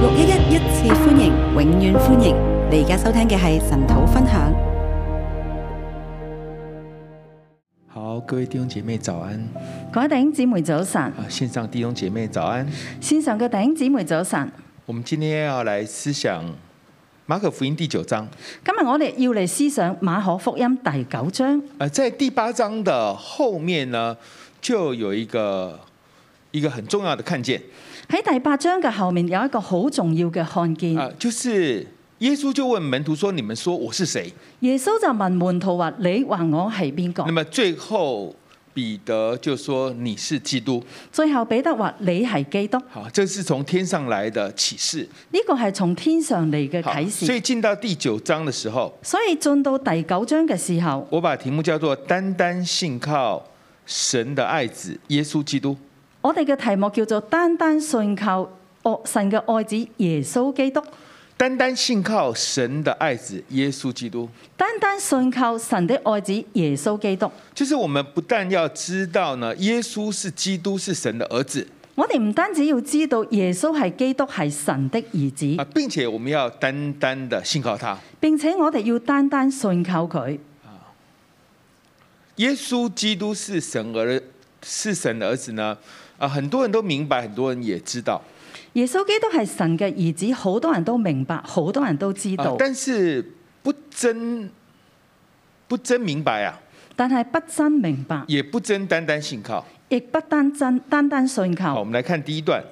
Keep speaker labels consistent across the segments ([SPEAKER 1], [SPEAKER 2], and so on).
[SPEAKER 1] 六一一一次歡迎，永遠歡迎！你而家收聽嘅係神土分享。
[SPEAKER 2] 好，各位弟兄姐妹早安
[SPEAKER 3] 各位弟兄姊妹早晨，
[SPEAKER 2] 啊！线上弟兄姐妹早安。
[SPEAKER 3] 線上嘅弟兄姊妹早晨。
[SPEAKER 2] 我们今天要来思想马可福音第九章，
[SPEAKER 3] 今日我哋要嚟思想馬可福音第九章。
[SPEAKER 2] 呃，在第八章的后面呢，就有一个一个很重要的看见
[SPEAKER 3] 喺第八章嘅後面有一個好重要嘅看見。
[SPEAKER 2] 啊、就是耶穌就問门徒說：“你们說我是誰
[SPEAKER 3] 耶穌就問門徒話：你話我係邊？”個
[SPEAKER 2] 那？么最后彼得就說：“你是基督。
[SPEAKER 3] 最後彼得話：你係基督。”
[SPEAKER 2] 好，这是從天上來的啟示。
[SPEAKER 3] 呢個係從天上嚟嘅
[SPEAKER 2] 好
[SPEAKER 3] 啟，
[SPEAKER 2] 所
[SPEAKER 3] 示。
[SPEAKER 2] 以进到第九章的时候，
[SPEAKER 3] 所以進到第九章嘅時候，
[SPEAKER 2] 我把题目叫做“单单信靠神的爱子耶稣基督
[SPEAKER 3] 我哋嘅題目叫做單單信靠惡神嘅愛子耶穌基督。”，
[SPEAKER 2] 单单信靠神的爱子耶稣基督，
[SPEAKER 3] 單單信靠神的愛子耶穌基督。
[SPEAKER 2] 就是我们不但要知道呢，耶稣是基督，是神的儿子
[SPEAKER 3] 我哋唔單止要知道耶穌係基督係神的兒
[SPEAKER 2] 啊
[SPEAKER 3] 子，，
[SPEAKER 2] 并且我们要单单的信靠他。
[SPEAKER 3] 並且我哋要單單信靠佢。
[SPEAKER 2] 耶稣基督是神儿，是神的儿子呢？啊，很多人都明白，很多人也知道，
[SPEAKER 3] 耶穌基督係神嘅兒子，好多人都明白，好多人都知
[SPEAKER 2] 啊
[SPEAKER 3] 道，，
[SPEAKER 2] 但是不真不真明白啊，
[SPEAKER 3] 但係不真明白，
[SPEAKER 2] 也不真单单信靠。
[SPEAKER 3] 亦不單真單單信
[SPEAKER 2] 好，我
[SPEAKER 3] 靠。
[SPEAKER 2] 们来看第一段。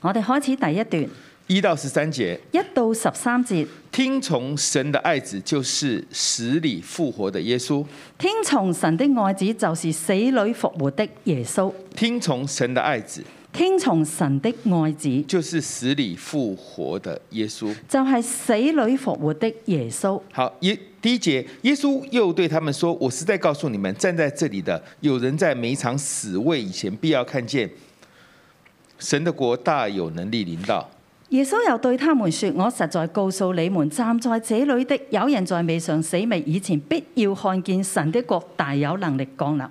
[SPEAKER 3] 我哋開始第一段
[SPEAKER 2] 一到十三节，
[SPEAKER 3] 一到十三節，
[SPEAKER 2] 听从神的爱子就是死里复活的耶稣，
[SPEAKER 3] 聽從神的愛子就是死裏復活的耶穌，
[SPEAKER 2] 听从神的爱子
[SPEAKER 3] 聽從神的愛子
[SPEAKER 2] 就是死里复活的耶稣。
[SPEAKER 3] 就係、死裏復活的耶穌。
[SPEAKER 2] 好，耶第一节，耶稣又对他们说：“我实在告诉你们，站在这里的有人在每一场死位以前，必要看见神的国大有能力临到。
[SPEAKER 3] 耶穌又對他們說：我實在告訴你們，站在這裏的有人在未嘗死未以前，必要看見神的國大有能力降臨。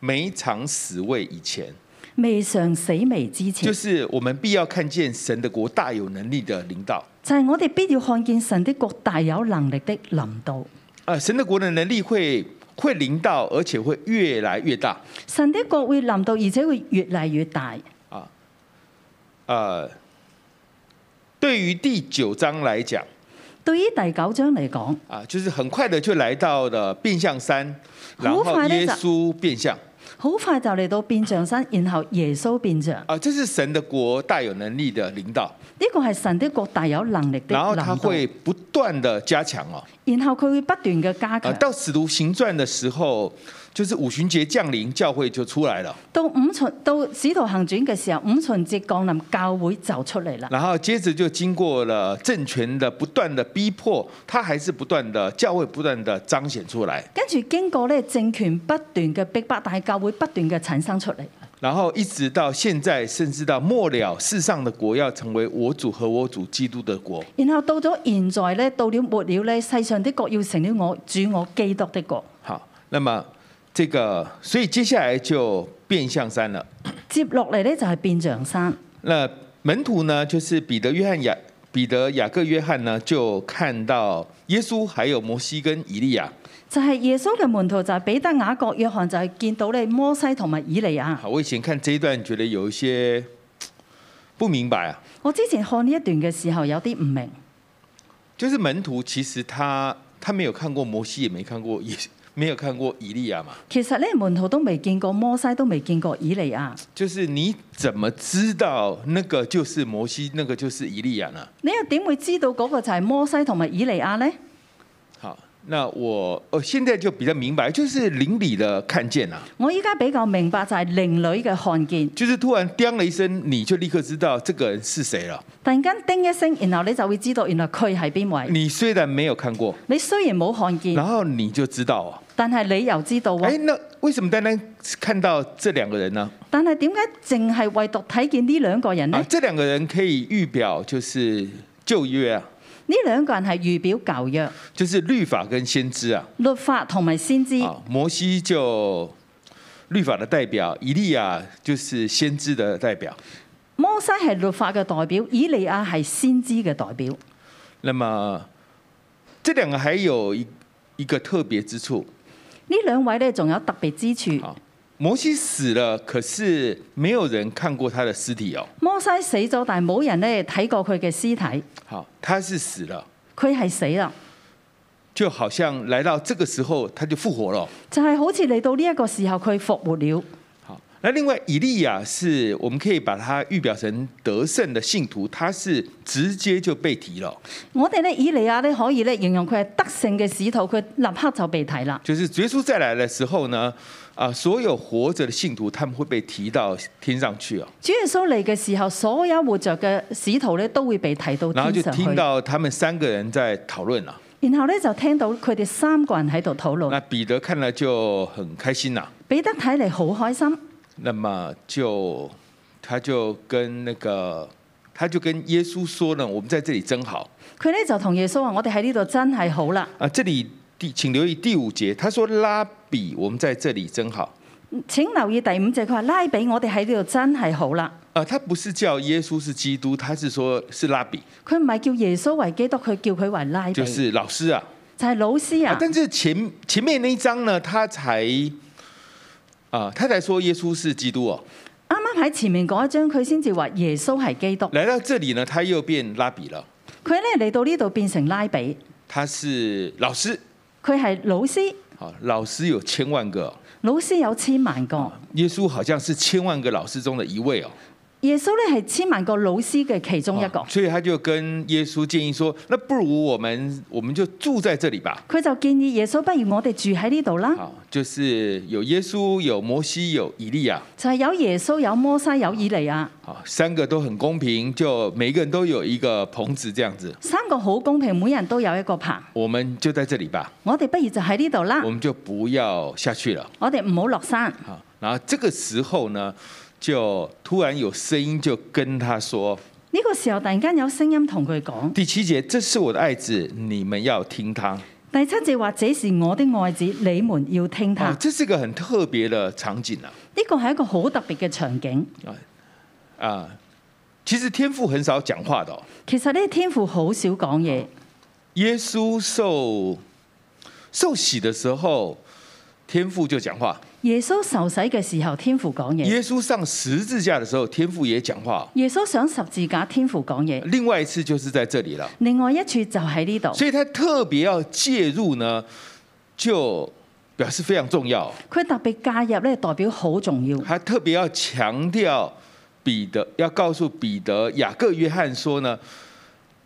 [SPEAKER 2] 每一场死位以前，
[SPEAKER 3] 未嘗死未之前
[SPEAKER 2] 就，是我们必要看见神的国大有能力的临到。
[SPEAKER 3] 就係我哋必要看見神的國大有能力的臨到。
[SPEAKER 2] 呃，神的国的能力会会临到，而且会越来越大。
[SPEAKER 3] 神的國會臨到，而且會越嚟越大。
[SPEAKER 2] 啊呃，对于第九章来讲
[SPEAKER 3] 對於第九章嚟講，
[SPEAKER 2] 啊，就是很快的就来到了变相山，然
[SPEAKER 3] 好
[SPEAKER 2] 后
[SPEAKER 3] 快地
[SPEAKER 2] 耶
[SPEAKER 3] 就
[SPEAKER 2] 稣变相
[SPEAKER 3] 好快就嚟到變象山，然後耶穌變象。呢
[SPEAKER 2] 啊，这是神的国大有能力的领导，
[SPEAKER 3] 個係神的國大有能力的
[SPEAKER 2] 然后
[SPEAKER 3] 臨
[SPEAKER 2] 他
[SPEAKER 3] 到。
[SPEAKER 2] 会不断的加强哦。
[SPEAKER 3] 然後佢會不斷嘅加
[SPEAKER 2] 啊，
[SPEAKER 3] 強。
[SPEAKER 2] 到使徒行传的时候，就是五旬节降临，教会就出来了。
[SPEAKER 3] 到五旬到使徒行傳嘅時候，五旬節降臨，教會就出嚟啦。
[SPEAKER 2] 然后接着就经过了政权的不断的逼迫，他还是不断的教会不断的彰显出来。
[SPEAKER 3] 跟住經過咧政權不斷嘅逼迫，但係教會不斷嘅產生出嚟，
[SPEAKER 2] 然后一直到现在，甚至到末了，世上的国要成为我主和我主基督的国。
[SPEAKER 3] 然後到咗現在咧，到了末了咧，世上的國要成了我主我基督的國。
[SPEAKER 2] 好，那么这个，所以接下来就变相山了。
[SPEAKER 3] 接落嚟咧就係變象山，
[SPEAKER 2] 那门徒呢，就是彼得、约翰、雅彼得、雅各、约翰呢，就看到耶稣还有摩西跟以利亚。
[SPEAKER 3] 就係、耶穌嘅門徒就係彼得、雅各、約翰，就係見到咧摩西同埋以利亞。
[SPEAKER 2] 好，我以前看这一段，觉得有一些不明白啊，
[SPEAKER 3] 我之前看呢一段嘅時候有啲唔明，
[SPEAKER 2] 就是门徒其实他他没有看过摩西，也没看过也 没有看过以利亚嘛。
[SPEAKER 3] 其實咧門徒都未見過摩西，都未見過以利亞。
[SPEAKER 2] 就是你怎么知道那个就是摩西，那个就是以利亚呢？
[SPEAKER 3] 你又點會知道嗰個就係摩西同埋以利亞呢？
[SPEAKER 2] 好，那我呃现在就比较明白，就是邻里的看见啊，
[SPEAKER 3] 我依家比較明白就係另女嘅看見，
[SPEAKER 2] 就是突然叮了一声，你就立刻知道这个人是谁了。
[SPEAKER 3] 突然間叮一聲，然後你就會知道原來佢係邊位。
[SPEAKER 2] 你虽然没有看过，
[SPEAKER 3] 你雖然冇看見，
[SPEAKER 2] 然后你就知道哦。
[SPEAKER 3] 但係你又知道
[SPEAKER 2] 哎，
[SPEAKER 3] 喎。
[SPEAKER 2] 那为什么单单看到这两个人呢？
[SPEAKER 3] 但係點解淨係唯獨睇見呢兩個人呢？
[SPEAKER 2] 啊，这两个人可以预表就是旧约啊，
[SPEAKER 3] 呢兩個人係預表舊約、
[SPEAKER 2] 就是律法跟先知啊。
[SPEAKER 3] 律法同埋先知。
[SPEAKER 2] 啊，摩西就律法的代表，以利亚就是先知的代表。
[SPEAKER 3] 摩西係律法嘅代表，以利亞係先知嘅代表。
[SPEAKER 2] 那么这两个还有一一个特别之处，
[SPEAKER 3] 呢兩位咧仲有特別之處。
[SPEAKER 2] 好，摩西死了，可是没有人看过他的尸体哦。
[SPEAKER 3] 摩西死咗，但係冇人咧睇過佢嘅屍體，
[SPEAKER 2] 好，他是死了，
[SPEAKER 3] 佢係死啦。
[SPEAKER 2] 就好像来到这个时候他就复活了哦。
[SPEAKER 3] 就係好似嚟到呢一個時候，佢復活了。
[SPEAKER 2] 好，那另外以利亚是我们可以把他预表成得胜的信徒，他是直接就被提了，哦
[SPEAKER 3] 我哋咧，以利亞咧可以咧形容佢係得勝嘅使徒，佢立刻就被提啦。
[SPEAKER 2] 就是耶稣再来的时候呢，啊，所有活着的信徒他们会被提到天上去哦，
[SPEAKER 3] 主耶穌嚟嘅時候，所有活着嘅使徒咧都會被提到
[SPEAKER 2] 然后
[SPEAKER 3] 天
[SPEAKER 2] 就
[SPEAKER 3] 上去。
[SPEAKER 2] 听到他们三个人在讨论了。
[SPEAKER 3] 然後咧就聽到佢哋三個人喺度討論
[SPEAKER 2] 那。彼得看了就很開心啦、
[SPEAKER 3] 彼得睇嚟好開心，
[SPEAKER 2] 那么就他就跟那個他就跟耶穌說呢，我們在這裡真好
[SPEAKER 3] 佢咧就同耶穌話：我哋喺呢度真係好啦。
[SPEAKER 2] 啊。這裡第請留意第五節，他說拉比，我們在這裡真好
[SPEAKER 3] 請留意第五節，佢話拉比，我哋喺呢度真係好啦。
[SPEAKER 2] 啊。他不是叫耶穌是基督，他是說是拉比，
[SPEAKER 3] 佢唔係叫耶穌為基督，佢叫佢為拉比，就
[SPEAKER 2] 就
[SPEAKER 3] 係、
[SPEAKER 2] 是老師啊。
[SPEAKER 3] 老師
[SPEAKER 2] 啊
[SPEAKER 3] 啊，。
[SPEAKER 2] 但是前前面那一章呢，他才啊，他才說耶穌是基督哦。
[SPEAKER 3] 啱啱喺前面嗰一章，佢先至話耶穌係基督。
[SPEAKER 2] 來到這裡呢，他又變拉比了，
[SPEAKER 3] 佢咧嚟到呢度變成拉比，
[SPEAKER 2] 他是老師。
[SPEAKER 3] 佢係老師，
[SPEAKER 2] 好，老師有千萬個哦、
[SPEAKER 3] 老師有千萬個，
[SPEAKER 2] 耶穌好像是千萬個老師中的一位哦，
[SPEAKER 3] 耶穌咧係千萬個老師嘅其中一個
[SPEAKER 2] 哦，所以他就跟耶穌建議說：那不如我們我們就住在這裡吧。
[SPEAKER 3] 佢就建議耶穌不如我哋住喺呢度啦，
[SPEAKER 2] 好，就是有耶穌、有摩西、有以利亞，
[SPEAKER 3] 就係有耶穌、有摩西、有以利亞，
[SPEAKER 2] 好，三個都很公平，就每個人都有一個棚子這樣子。
[SPEAKER 3] 三個好公平，每人都有一個棚。
[SPEAKER 2] 我們就在這裡吧，
[SPEAKER 3] 我哋不如就喺呢度啦
[SPEAKER 2] 我，們就不要下去了。
[SPEAKER 3] 我哋唔啊好落山。
[SPEAKER 2] 好，然後這個時候呢，就突然有聲音就跟他說：
[SPEAKER 3] 呢、個時候突然間有聲音同佢講，
[SPEAKER 2] 第七節，這是我的愛子，你們要聽他。
[SPEAKER 3] 第七節話：這是我的愛子，你們要聽他。
[SPEAKER 2] 哦，
[SPEAKER 3] 呢
[SPEAKER 2] 這是一個很特別的場景啊。
[SPEAKER 3] 個係一個好特別嘅場景。
[SPEAKER 2] 啊、其實天父很少講話的、哦。
[SPEAKER 3] 其實呢，天父好少講嘢。
[SPEAKER 2] 啊耶穌受受洗的時候，天父就講話；
[SPEAKER 3] 耶穌受洗嘅時候，天父講嘢；
[SPEAKER 2] 耶穌上十字架的時候，天父也講話。
[SPEAKER 3] 耶穌上十字架，天父講嘢。
[SPEAKER 2] 另外一次就是在這裡了，
[SPEAKER 3] 另外一處就喺呢度，
[SPEAKER 2] 所以他特別要介入呢，就表示非常重要。
[SPEAKER 3] 佢特別介入咧，代表好重要。
[SPEAKER 2] 他特別要強調彼得，要告訴彼得、雅各、約翰說呢，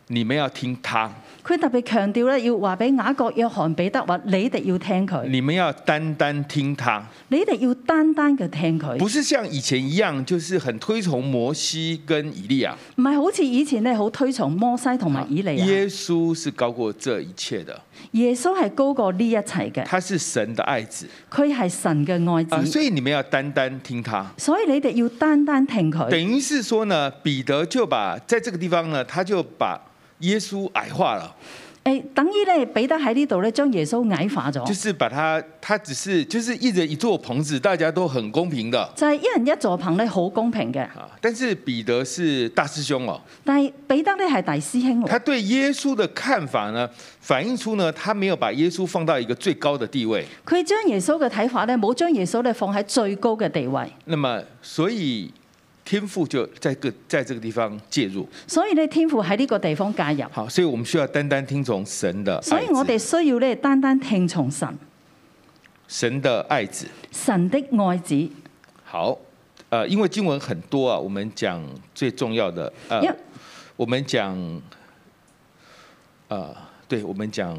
[SPEAKER 2] 你們要聽他，
[SPEAKER 3] 佢特別強調咧，要話俾雅各、約翰、彼得話：你哋要聽佢，
[SPEAKER 2] 你們要單單聽他。
[SPEAKER 3] 你哋要單單嘅聽佢，
[SPEAKER 2] 不是像以前一樣，就是很推崇摩西跟以利亞。
[SPEAKER 3] 唔係好似以前咧好推崇摩西同埋哎以利亞。
[SPEAKER 2] 啊耶穌是高過這一切的，
[SPEAKER 3] 耶穌係高過呢一切嘅，
[SPEAKER 2] 他是神的愛子
[SPEAKER 3] 佢係神嘅愛
[SPEAKER 2] 啊、
[SPEAKER 3] 子，
[SPEAKER 2] 所以你們要單單聽他。
[SPEAKER 3] 所以你哋要單單聽佢。
[SPEAKER 2] 等於是說呢，彼得就把在這個地方呢，他就把耶穌矮化了，
[SPEAKER 3] 誒，等於咧彼得喺呢度咧將耶穌矮化咗
[SPEAKER 2] 就，是把他，他只是就是一人一座棚子，大家都很公平的
[SPEAKER 3] 就係一人一座棚咧，好公平嘅。
[SPEAKER 2] 啊。但是彼得是大師兄哦，
[SPEAKER 3] 但係彼得咧係大師兄
[SPEAKER 2] 他
[SPEAKER 3] 喎，
[SPEAKER 2] 對耶穌的看法呢，反映出呢，他沒有把耶穌放到一個最高的地位。
[SPEAKER 3] 佢將耶穌嘅睇法咧，冇將耶穌咧放喺最高嘅地位，
[SPEAKER 2] 那麼，所以天父就在個在這個地方介入。
[SPEAKER 3] 所以咧天父喺呢個地方介入，
[SPEAKER 2] 好，所以我們需要單單聽從神的愛子，
[SPEAKER 3] 所以我哋需要咧單單聽從神，
[SPEAKER 2] 神的愛子。
[SPEAKER 3] 神的愛子，
[SPEAKER 2] 好，呃，因為經文很多啊，我們講最重要的，呃
[SPEAKER 3] 因，
[SPEAKER 2] 我們講，呃，对，我們講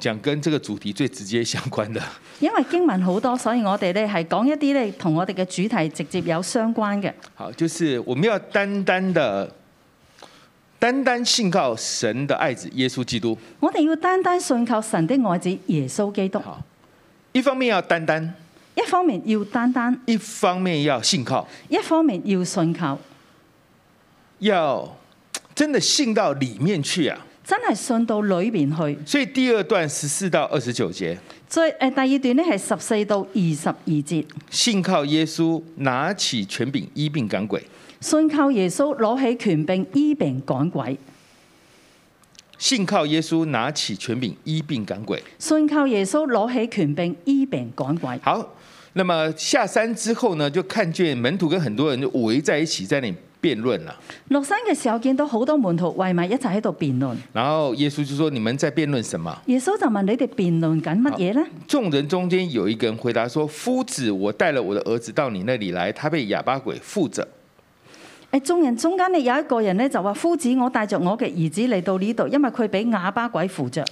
[SPEAKER 2] 講跟這個主題最直接相關的。
[SPEAKER 3] 因為經文好多，所以我哋咧係講一啲咧同我哋嘅主題直接有相關嘅，
[SPEAKER 2] 好，就是我們要單單的。單單信靠神的愛子耶穌基督，
[SPEAKER 3] 我哋要單單信靠神的愛子耶穌基督，
[SPEAKER 2] 好，一方面要單單，
[SPEAKER 3] 一方面要單單，
[SPEAKER 2] 一方面要信靠，
[SPEAKER 3] 一方面要信靠，
[SPEAKER 2] 要真的信到裡面去啊！
[SPEAKER 3] 真係信到裏邊去。
[SPEAKER 2] 所以第二段十四到二十九节，
[SPEAKER 3] 最誒、第二段呢係十四到二十二節，
[SPEAKER 2] 信靠耶稣，拿起权柄，医病赶鬼。
[SPEAKER 3] 信靠耶穌攞起權柄醫病趕鬼，
[SPEAKER 2] 信靠耶稣，拿起权柄，医病赶鬼。
[SPEAKER 3] 信靠耶穌攞起權柄醫病趕鬼。
[SPEAKER 2] 好，那么下山之后呢，就看见门徒跟很多人就围在一起，在那里辩论了。
[SPEAKER 3] 落山嘅時候見到好多門徒圍埋一齊喺度辯論，
[SPEAKER 2] 然后耶穌就说：“你们在辩论什么
[SPEAKER 3] 耶穌就問你哋辯論緊乜嘢呢？？”
[SPEAKER 2] 众人中间有一个人回答说：“夫子，我带了我的儿子到你那里来，他被哑巴鬼附着。
[SPEAKER 3] 誒眾人中間呢有一個人呢就話：夫子，我帶着我嘅兒子嚟到呢度，因為佢俾啞巴鬼扶着。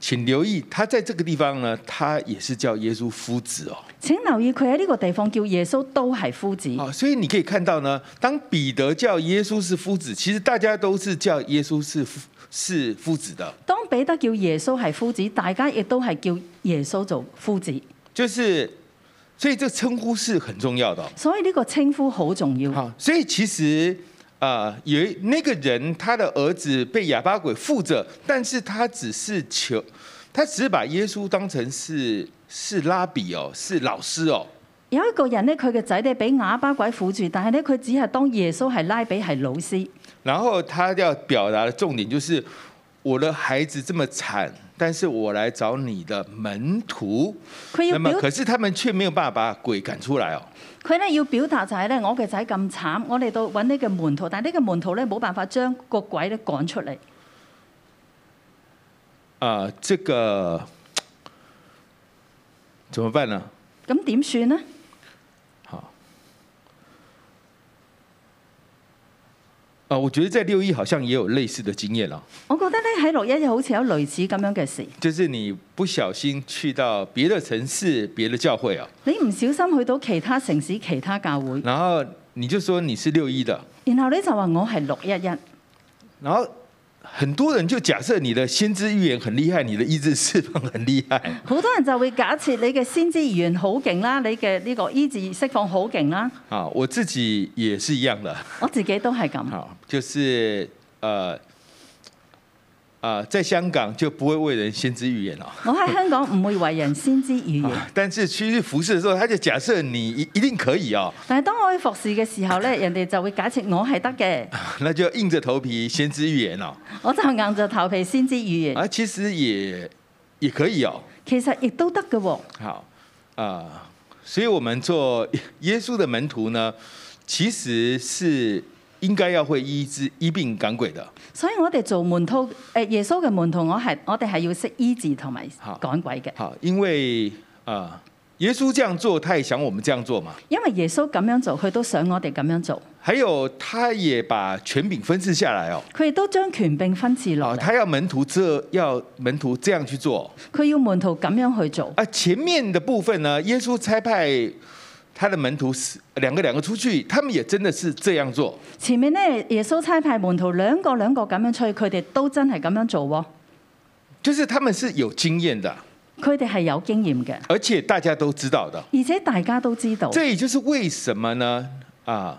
[SPEAKER 2] 请留意，他在这个地方呢，他也是叫耶穌夫子哦。
[SPEAKER 3] 請留意佢喺呢個地方叫耶穌都係夫子。
[SPEAKER 2] 好，所以你可以看到呢，当彼得叫耶稣是夫子，其实大家都是叫耶稣是夫是夫子的，
[SPEAKER 3] 當彼得叫耶穌係夫子，大家亦都係叫耶穌做夫子，
[SPEAKER 2] 就是，所以这称呼是很重要的哦、
[SPEAKER 3] 所以呢個稱呼好重要。
[SPEAKER 2] 好，所以其实啊，呃有一那个人他的儿子被哑巴鬼附着，但是他只是求，他只是把耶稣当成是是拉比哦，是老师哦。
[SPEAKER 3] 有一個人呢，佢嘅仔呢俾啞巴鬼扶住，但係呢，佢只係當耶穌係拉比係老師。
[SPEAKER 2] 然后他要表达的重点就是，我的孩子这么惨，但是我来找你的门徒，
[SPEAKER 3] 佢哎要
[SPEAKER 2] 那么
[SPEAKER 3] 表
[SPEAKER 2] 可是他们却没有办法把鬼赶出来哦。
[SPEAKER 3] 佢呢要表達就係呢：我嘅仔咁慘，我哋到揾呢個門徒，但係呢個門徒呢冇辦法將個鬼呢趕出嚟。
[SPEAKER 2] 啊、这个怎么办呢？
[SPEAKER 3] 咁點算呢？
[SPEAKER 2] 好，啊、我觉得在六一好像也有类似的经验了，
[SPEAKER 3] 我覺得呢，喺六一好似有類似咁樣嘅事。
[SPEAKER 2] 就是你不小心去到别的城市、别的教会哦，
[SPEAKER 3] 你唔小心去到其他城市、其他教會，
[SPEAKER 2] 然后你就说你是六一的，
[SPEAKER 3] 然後呢就話我係六一一。
[SPEAKER 2] 然后很多人就假设你的先知预言很厉害，你的医治释放很厉害，
[SPEAKER 3] 好多人就會假設你嘅先知言好勁啦，你嘅呢個醫治釋放好勁啦，
[SPEAKER 2] 啊，我自己也是一样的，
[SPEAKER 3] 我自己都係咁。
[SPEAKER 2] 好，就是呃。啊、在香港就不会为人先知预言了、哦
[SPEAKER 3] 我喺香港唔會為人先知語言，
[SPEAKER 2] 啊但是去去服侍的时候，他就假设你一一定可以哦，
[SPEAKER 3] 但係當我去服侍嘅時候呢，人哋就會假設我係得嘅，
[SPEAKER 2] 那就硬着头皮先知预言哦。
[SPEAKER 3] 我就硬着頭皮先知語言，
[SPEAKER 2] 啊，其实也也可以哦。
[SPEAKER 3] 其實亦都得嘅喎。
[SPEAKER 2] 好啊、所以我们做耶稣的门徒呢，其实是应该要会医治医病赶鬼的。
[SPEAKER 3] 所以我哋做門徒，誒耶穌嘅門徒，我係我哋係要識醫治同埋
[SPEAKER 2] 好
[SPEAKER 3] 趕鬼嘅，
[SPEAKER 2] 好，因为啊、耶稣这样做，他也想我们这样做嘛。
[SPEAKER 3] 因為耶穌咁樣做，佢都想我哋咁樣做，
[SPEAKER 2] 还有，他也把权柄分赐下来哦。
[SPEAKER 3] 佢亦都將權柄分赐
[SPEAKER 2] 啊，
[SPEAKER 3] 落嚟，
[SPEAKER 2] 他要门徒这要门徒这样去做哦、
[SPEAKER 3] 佢要門徒咁樣去做。
[SPEAKER 2] 啊，前面的部分呢，耶稣差派他的门徒是两个两个出去，他们也真的是这样做。
[SPEAKER 3] 前面呢，耶穌差派門徒兩個兩個咁樣出去，佢哋都真係咁樣做喎。
[SPEAKER 2] 就是他们是有经验的，
[SPEAKER 3] 佢哋係有經驗嘅，
[SPEAKER 2] 而且大家都知道的。
[SPEAKER 3] 而且大家都知道。
[SPEAKER 2] 这也就是为什么呢？啊，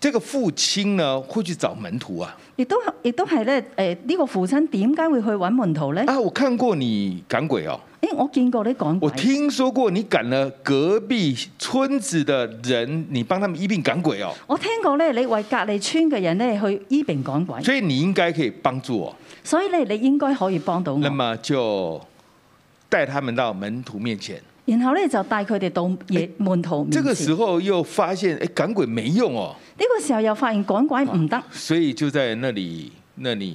[SPEAKER 2] 这个父亲呢会去找门徒啊
[SPEAKER 3] 亦都亦都係咧，誒、呢個父親點解會去揾門徒咧？誒、
[SPEAKER 2] 啊！我看过你赶鬼哦，
[SPEAKER 3] 我見過你講
[SPEAKER 2] 我
[SPEAKER 3] 鬼，
[SPEAKER 2] 听说过你赶了隔壁村子的人，你帮他们医病赶鬼哦，
[SPEAKER 3] 我聽過咧，你為隔離村嘅人咧去醫病講鬼，
[SPEAKER 2] 所以你应该可以帮助我。
[SPEAKER 3] 所以咧你應該可以幫到我
[SPEAKER 2] 那。么就带他们到门徒面前。
[SPEAKER 3] 然後咧就帶佢哋到野門徒面
[SPEAKER 2] 哎这
[SPEAKER 3] 前。
[SPEAKER 2] 个
[SPEAKER 3] 呢、
[SPEAKER 2] 时候又發現，哎、趕鬼沒用哦，
[SPEAKER 3] 個時候又發現講鬼唔得，
[SPEAKER 2] 所以就在那裡、那裡、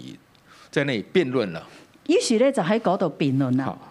[SPEAKER 2] 在那裡辯論了。
[SPEAKER 3] 於是咧就喺嗰度辯論啦。
[SPEAKER 2] 好，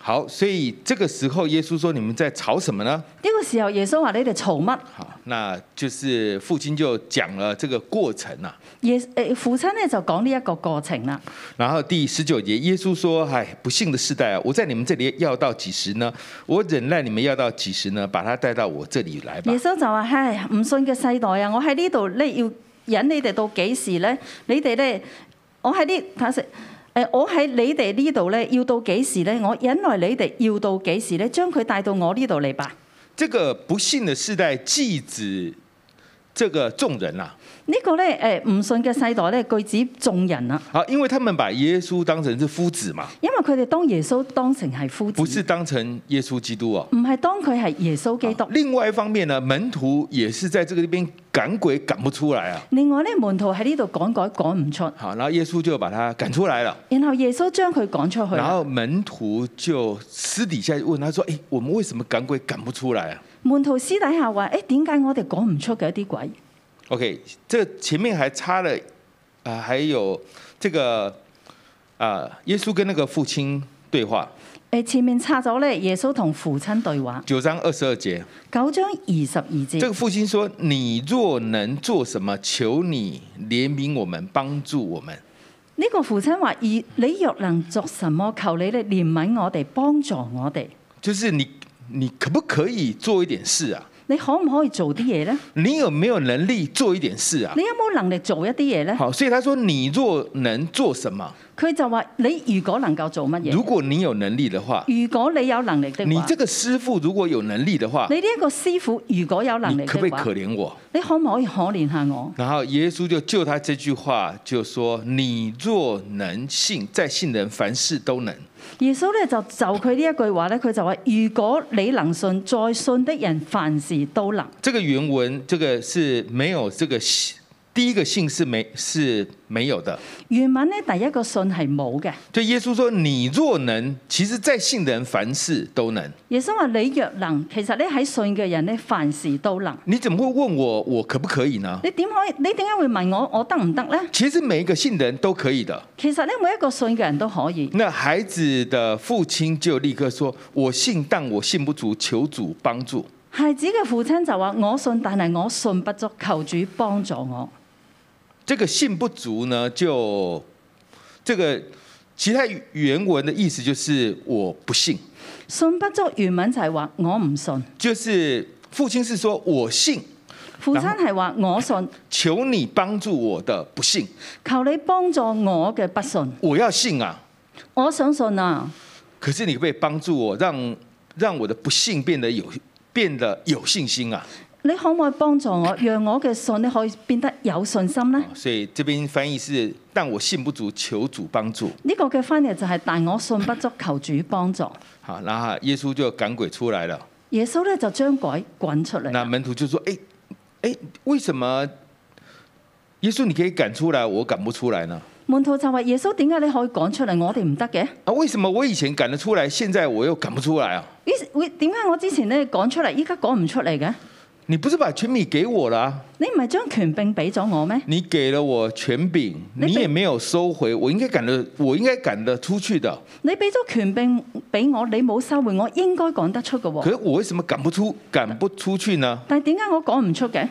[SPEAKER 2] 好，所以這個時候耶穌說：“你們在吵什麼呢
[SPEAKER 3] 呢個時候耶穌話：你哋嘈乜？？”
[SPEAKER 2] 好，那就是父親就講了這個過程啊。
[SPEAKER 3] 耶誒、父親咧就講呢一個過程啦。
[SPEAKER 2] 然後第十九節，耶穌說：“哎，不幸的世代啊，我在你們這裡要到幾時呢？我忍耐你們要到幾時呢？把他帶到我這裡來吧
[SPEAKER 3] 耶。穌就話：唉，唔信嘅世代啊，我喺呢度咧要忍你哋到幾時咧？你哋咧，我喺呢睇下先。誒，我喺你哋呢度咧，要到幾時咧？我忍耐你哋要到幾時咧？將佢帶到我呢度嚟吧。
[SPEAKER 2] 這個不幸的世代，既指这个众人啊啦、
[SPEAKER 3] 呢個咧誒唔信嘅世代咧，據指眾人啊，
[SPEAKER 2] 啊，因为他们把耶稣当成是夫子嘛，
[SPEAKER 3] 因為佢哋當耶穌當成係夫子，
[SPEAKER 2] 不是當成耶穌基督哦。
[SPEAKER 3] 唔係當佢係耶穌基督。
[SPEAKER 2] 另外一方面呢，门徒也是在这个地边赶鬼赶不出来啊。
[SPEAKER 3] 另外咧，門徒喺呢度趕改趕唔出，
[SPEAKER 2] 好，然后耶稣就把他赶出来了，
[SPEAKER 3] 然後耶穌將佢趕出去
[SPEAKER 2] 然
[SPEAKER 3] 啦。
[SPEAKER 2] 后门徒就私底下问他说：“哎，我们为什么赶鬼赶不出来啊
[SPEAKER 3] 門徒私底下話：誒點解我哋趕唔出嘅一啲鬼？
[SPEAKER 2] ？”OK，这前面还差了啊、还有这个啊、耶稣跟那个父亲对话，
[SPEAKER 3] 誒前面插咗咧，耶穌同父親對話，
[SPEAKER 2] 九章二十二节，
[SPEAKER 3] 九章二十二節
[SPEAKER 2] 这。个父亲说：“你若能做什么，求你怜悯我们，帮助我们。”
[SPEAKER 3] 呢個父親話：而你若能作什麼，求你咧憐憫我哋，幫助我哋。
[SPEAKER 2] 就是你，你可不可以做一点事啊？
[SPEAKER 3] 你可唔可以做啲嘢呢？
[SPEAKER 2] 你有没有能力做一点事啊
[SPEAKER 3] 你？有冇能力做一啲嘢呢？
[SPEAKER 2] 好，所以他说，你若能做什么，
[SPEAKER 3] 佢就話：你如果能夠做乜
[SPEAKER 2] 如
[SPEAKER 3] 嘢？
[SPEAKER 2] 果你有能力的话，
[SPEAKER 3] 如果你有能力的
[SPEAKER 2] 你
[SPEAKER 3] 話，
[SPEAKER 2] 这個師傅如果有能力的話，
[SPEAKER 3] 你呢一個師傅如果有能
[SPEAKER 2] 啊你
[SPEAKER 3] 力
[SPEAKER 2] 可不可
[SPEAKER 3] 嘅
[SPEAKER 2] 以可憐
[SPEAKER 3] 話，
[SPEAKER 2] 我？
[SPEAKER 3] 你可唔可以可憐下我？
[SPEAKER 2] 然後耶穌就就他這句話就說：你若能信，在信人凡事都能。
[SPEAKER 3] 耶穌咧就就佢呢一句話咧，佢就話：如果你能信，再信的人凡事都能。
[SPEAKER 2] 這個原文，這個是沒有這個信，第一個信是沒是沒有的。
[SPEAKER 3] 原文咧第一個信係冇嘅。
[SPEAKER 2] 就耶穌說：你若能，其實在信人凡事都能。
[SPEAKER 3] 耶穌話：你若能，其實咧喺信嘅人咧，凡事都能。
[SPEAKER 2] 你怎麼會問我我可不可以呢？
[SPEAKER 3] 你點可以？你點解會問我我得唔得呢？
[SPEAKER 2] 其實每一個信的人都可以的。
[SPEAKER 3] 其實咧，每一個信嘅人都可以。
[SPEAKER 2] 那孩子的父親就立刻說：我信，但我信不足，求主幫助。
[SPEAKER 3] 孩子嘅父親就話：我信，但係我信不足，求主幫助我。
[SPEAKER 2] 这个信不足呢，就这个其他原文的意思就是我不信，
[SPEAKER 3] 信不足原文就係話我唔信，
[SPEAKER 2] 就是父親是說我信，
[SPEAKER 3] 父親係話我信，
[SPEAKER 2] 求你幫助我的不信，
[SPEAKER 3] 求你幫助我嘅不信。
[SPEAKER 2] 我要信啊，
[SPEAKER 3] 我想信啊，
[SPEAKER 2] 可是你可不可以幫助我，讓让我的不信变得有变得有信心啊？
[SPEAKER 3] 你可唔可以幫助我，讓我嘅信你可以變得有信心呢？
[SPEAKER 2] 所以这边翻譯是，但我信不足，求主幫助。
[SPEAKER 3] 呢、個嘅翻譯就係、但我信不足，求主幫助。
[SPEAKER 2] 好，然后耶穌就趕鬼出來了。
[SPEAKER 3] 耶穌咧就將鬼滾出嚟
[SPEAKER 2] 那
[SPEAKER 3] 啦。
[SPEAKER 2] 门徒就说：“哎、哎、为什么耶穌你可以趕出來，我趕不出來呢？
[SPEAKER 3] 門徒就話：耶穌點解你可以趕出嚟，我哋唔得嘅？
[SPEAKER 2] 啊，為什麼我以前趕得出來，現在我又趕不出來啊？
[SPEAKER 3] 於是會點解我之前咧趕出嚟，依家趕唔出嚟嘅？
[SPEAKER 2] 你不是把權柄給我了啊、
[SPEAKER 3] 你唔係將權柄俾咗我咩？
[SPEAKER 2] 你給了我權柄，
[SPEAKER 3] 那被
[SPEAKER 2] 你也沒有收回，我應該趕得，我應該趕得出去的。
[SPEAKER 3] 你俾咗權柄俾我，你冇收回，我應該講得出嘅
[SPEAKER 2] 可
[SPEAKER 3] 喎。
[SPEAKER 2] 是我為什麼趕不出，趕不出去呢？
[SPEAKER 3] 但係點解我講唔出嘅？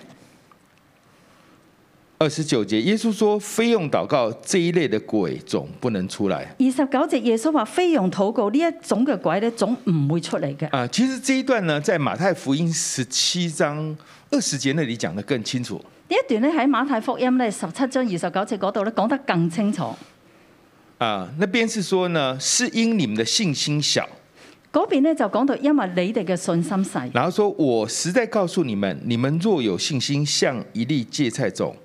[SPEAKER 2] 二十九節，耶穌說：非用禱告這一類的鬼總不能出來。”
[SPEAKER 3] 二十九節耶穌話：非用禱告呢一種嘅鬼咧，總唔會出嚟嘅。
[SPEAKER 2] 啊，其實這一段呢，在馬太福音十七章二十節那裡講得更清楚。
[SPEAKER 3] 呢一段咧喺馬太福音咧十七章二十九節嗰度咧講得更清楚。
[SPEAKER 2] 啊，那邊是說呢，是因你們的信心小，
[SPEAKER 3] 嗰邊咧就講到，因為你哋嘅信心細。
[SPEAKER 2] 然後說我實在告訴你們，你們若有信心，像一粒芥菜種，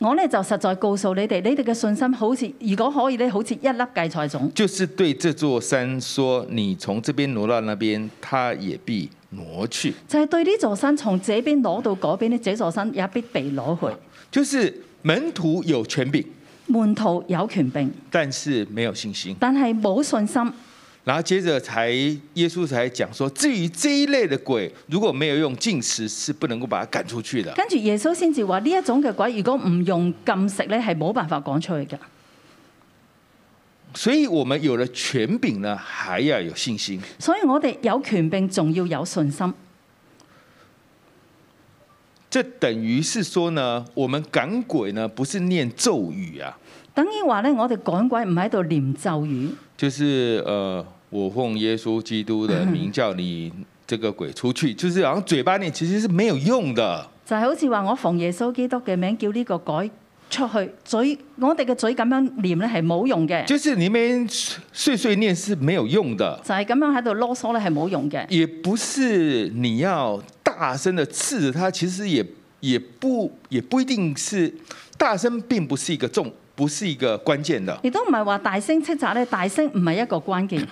[SPEAKER 3] 我咧就實在告訴你哋，你哋嘅信心好似如果可以咧，好似一粒芥菜種。
[SPEAKER 2] 就是對這座山說，你從這邊挪到那邊，它也必挪去。
[SPEAKER 3] 就係、對呢座山從這邊攞到嗰邊呢，這座山也必被攞去。
[SPEAKER 2] 就是門徒有權柄，
[SPEAKER 3] 門徒有權柄，
[SPEAKER 2] 但是沒有信心。
[SPEAKER 3] 但係冇信心。
[SPEAKER 2] 然後接着才耶穌才講說，至於這一類的鬼，如果沒有用禁食，是不能夠把它趕出去的。
[SPEAKER 3] 跟住耶穌先至話：呢一種嘅鬼，如果唔用禁食呢，係冇辦法趕出去㗎。
[SPEAKER 2] 所以我們有了權柄呢，還要有信心。
[SPEAKER 3] 所以我哋有權柄，仲要有信心。
[SPEAKER 2] 这等於是說呢，我們趕鬼呢，不是念咒語啊，
[SPEAKER 3] 等於話呢，我哋趕鬼唔喺度念咒語，
[SPEAKER 2] 就是呃，我奉耶穌基督的名叫你這個鬼出去，就是好像嘴巴念，其實是沒有用的。
[SPEAKER 3] 就係、好似話我奉耶穌基督嘅名叫呢個鬼出去，嘴我哋嘅嘴咁樣念呢係冇用嘅，
[SPEAKER 2] 就是你們碎碎念是沒有用的，
[SPEAKER 3] 就係、咁樣喺度囉嗦呢係冇用嘅。
[SPEAKER 2] 也不是你要大聲的斥責他，其實也也不也不一定是大声，并不是一个重，不是一個關鍵的。
[SPEAKER 3] 亦都唔係話大聲斥責咧，大聲唔係一個關鍵，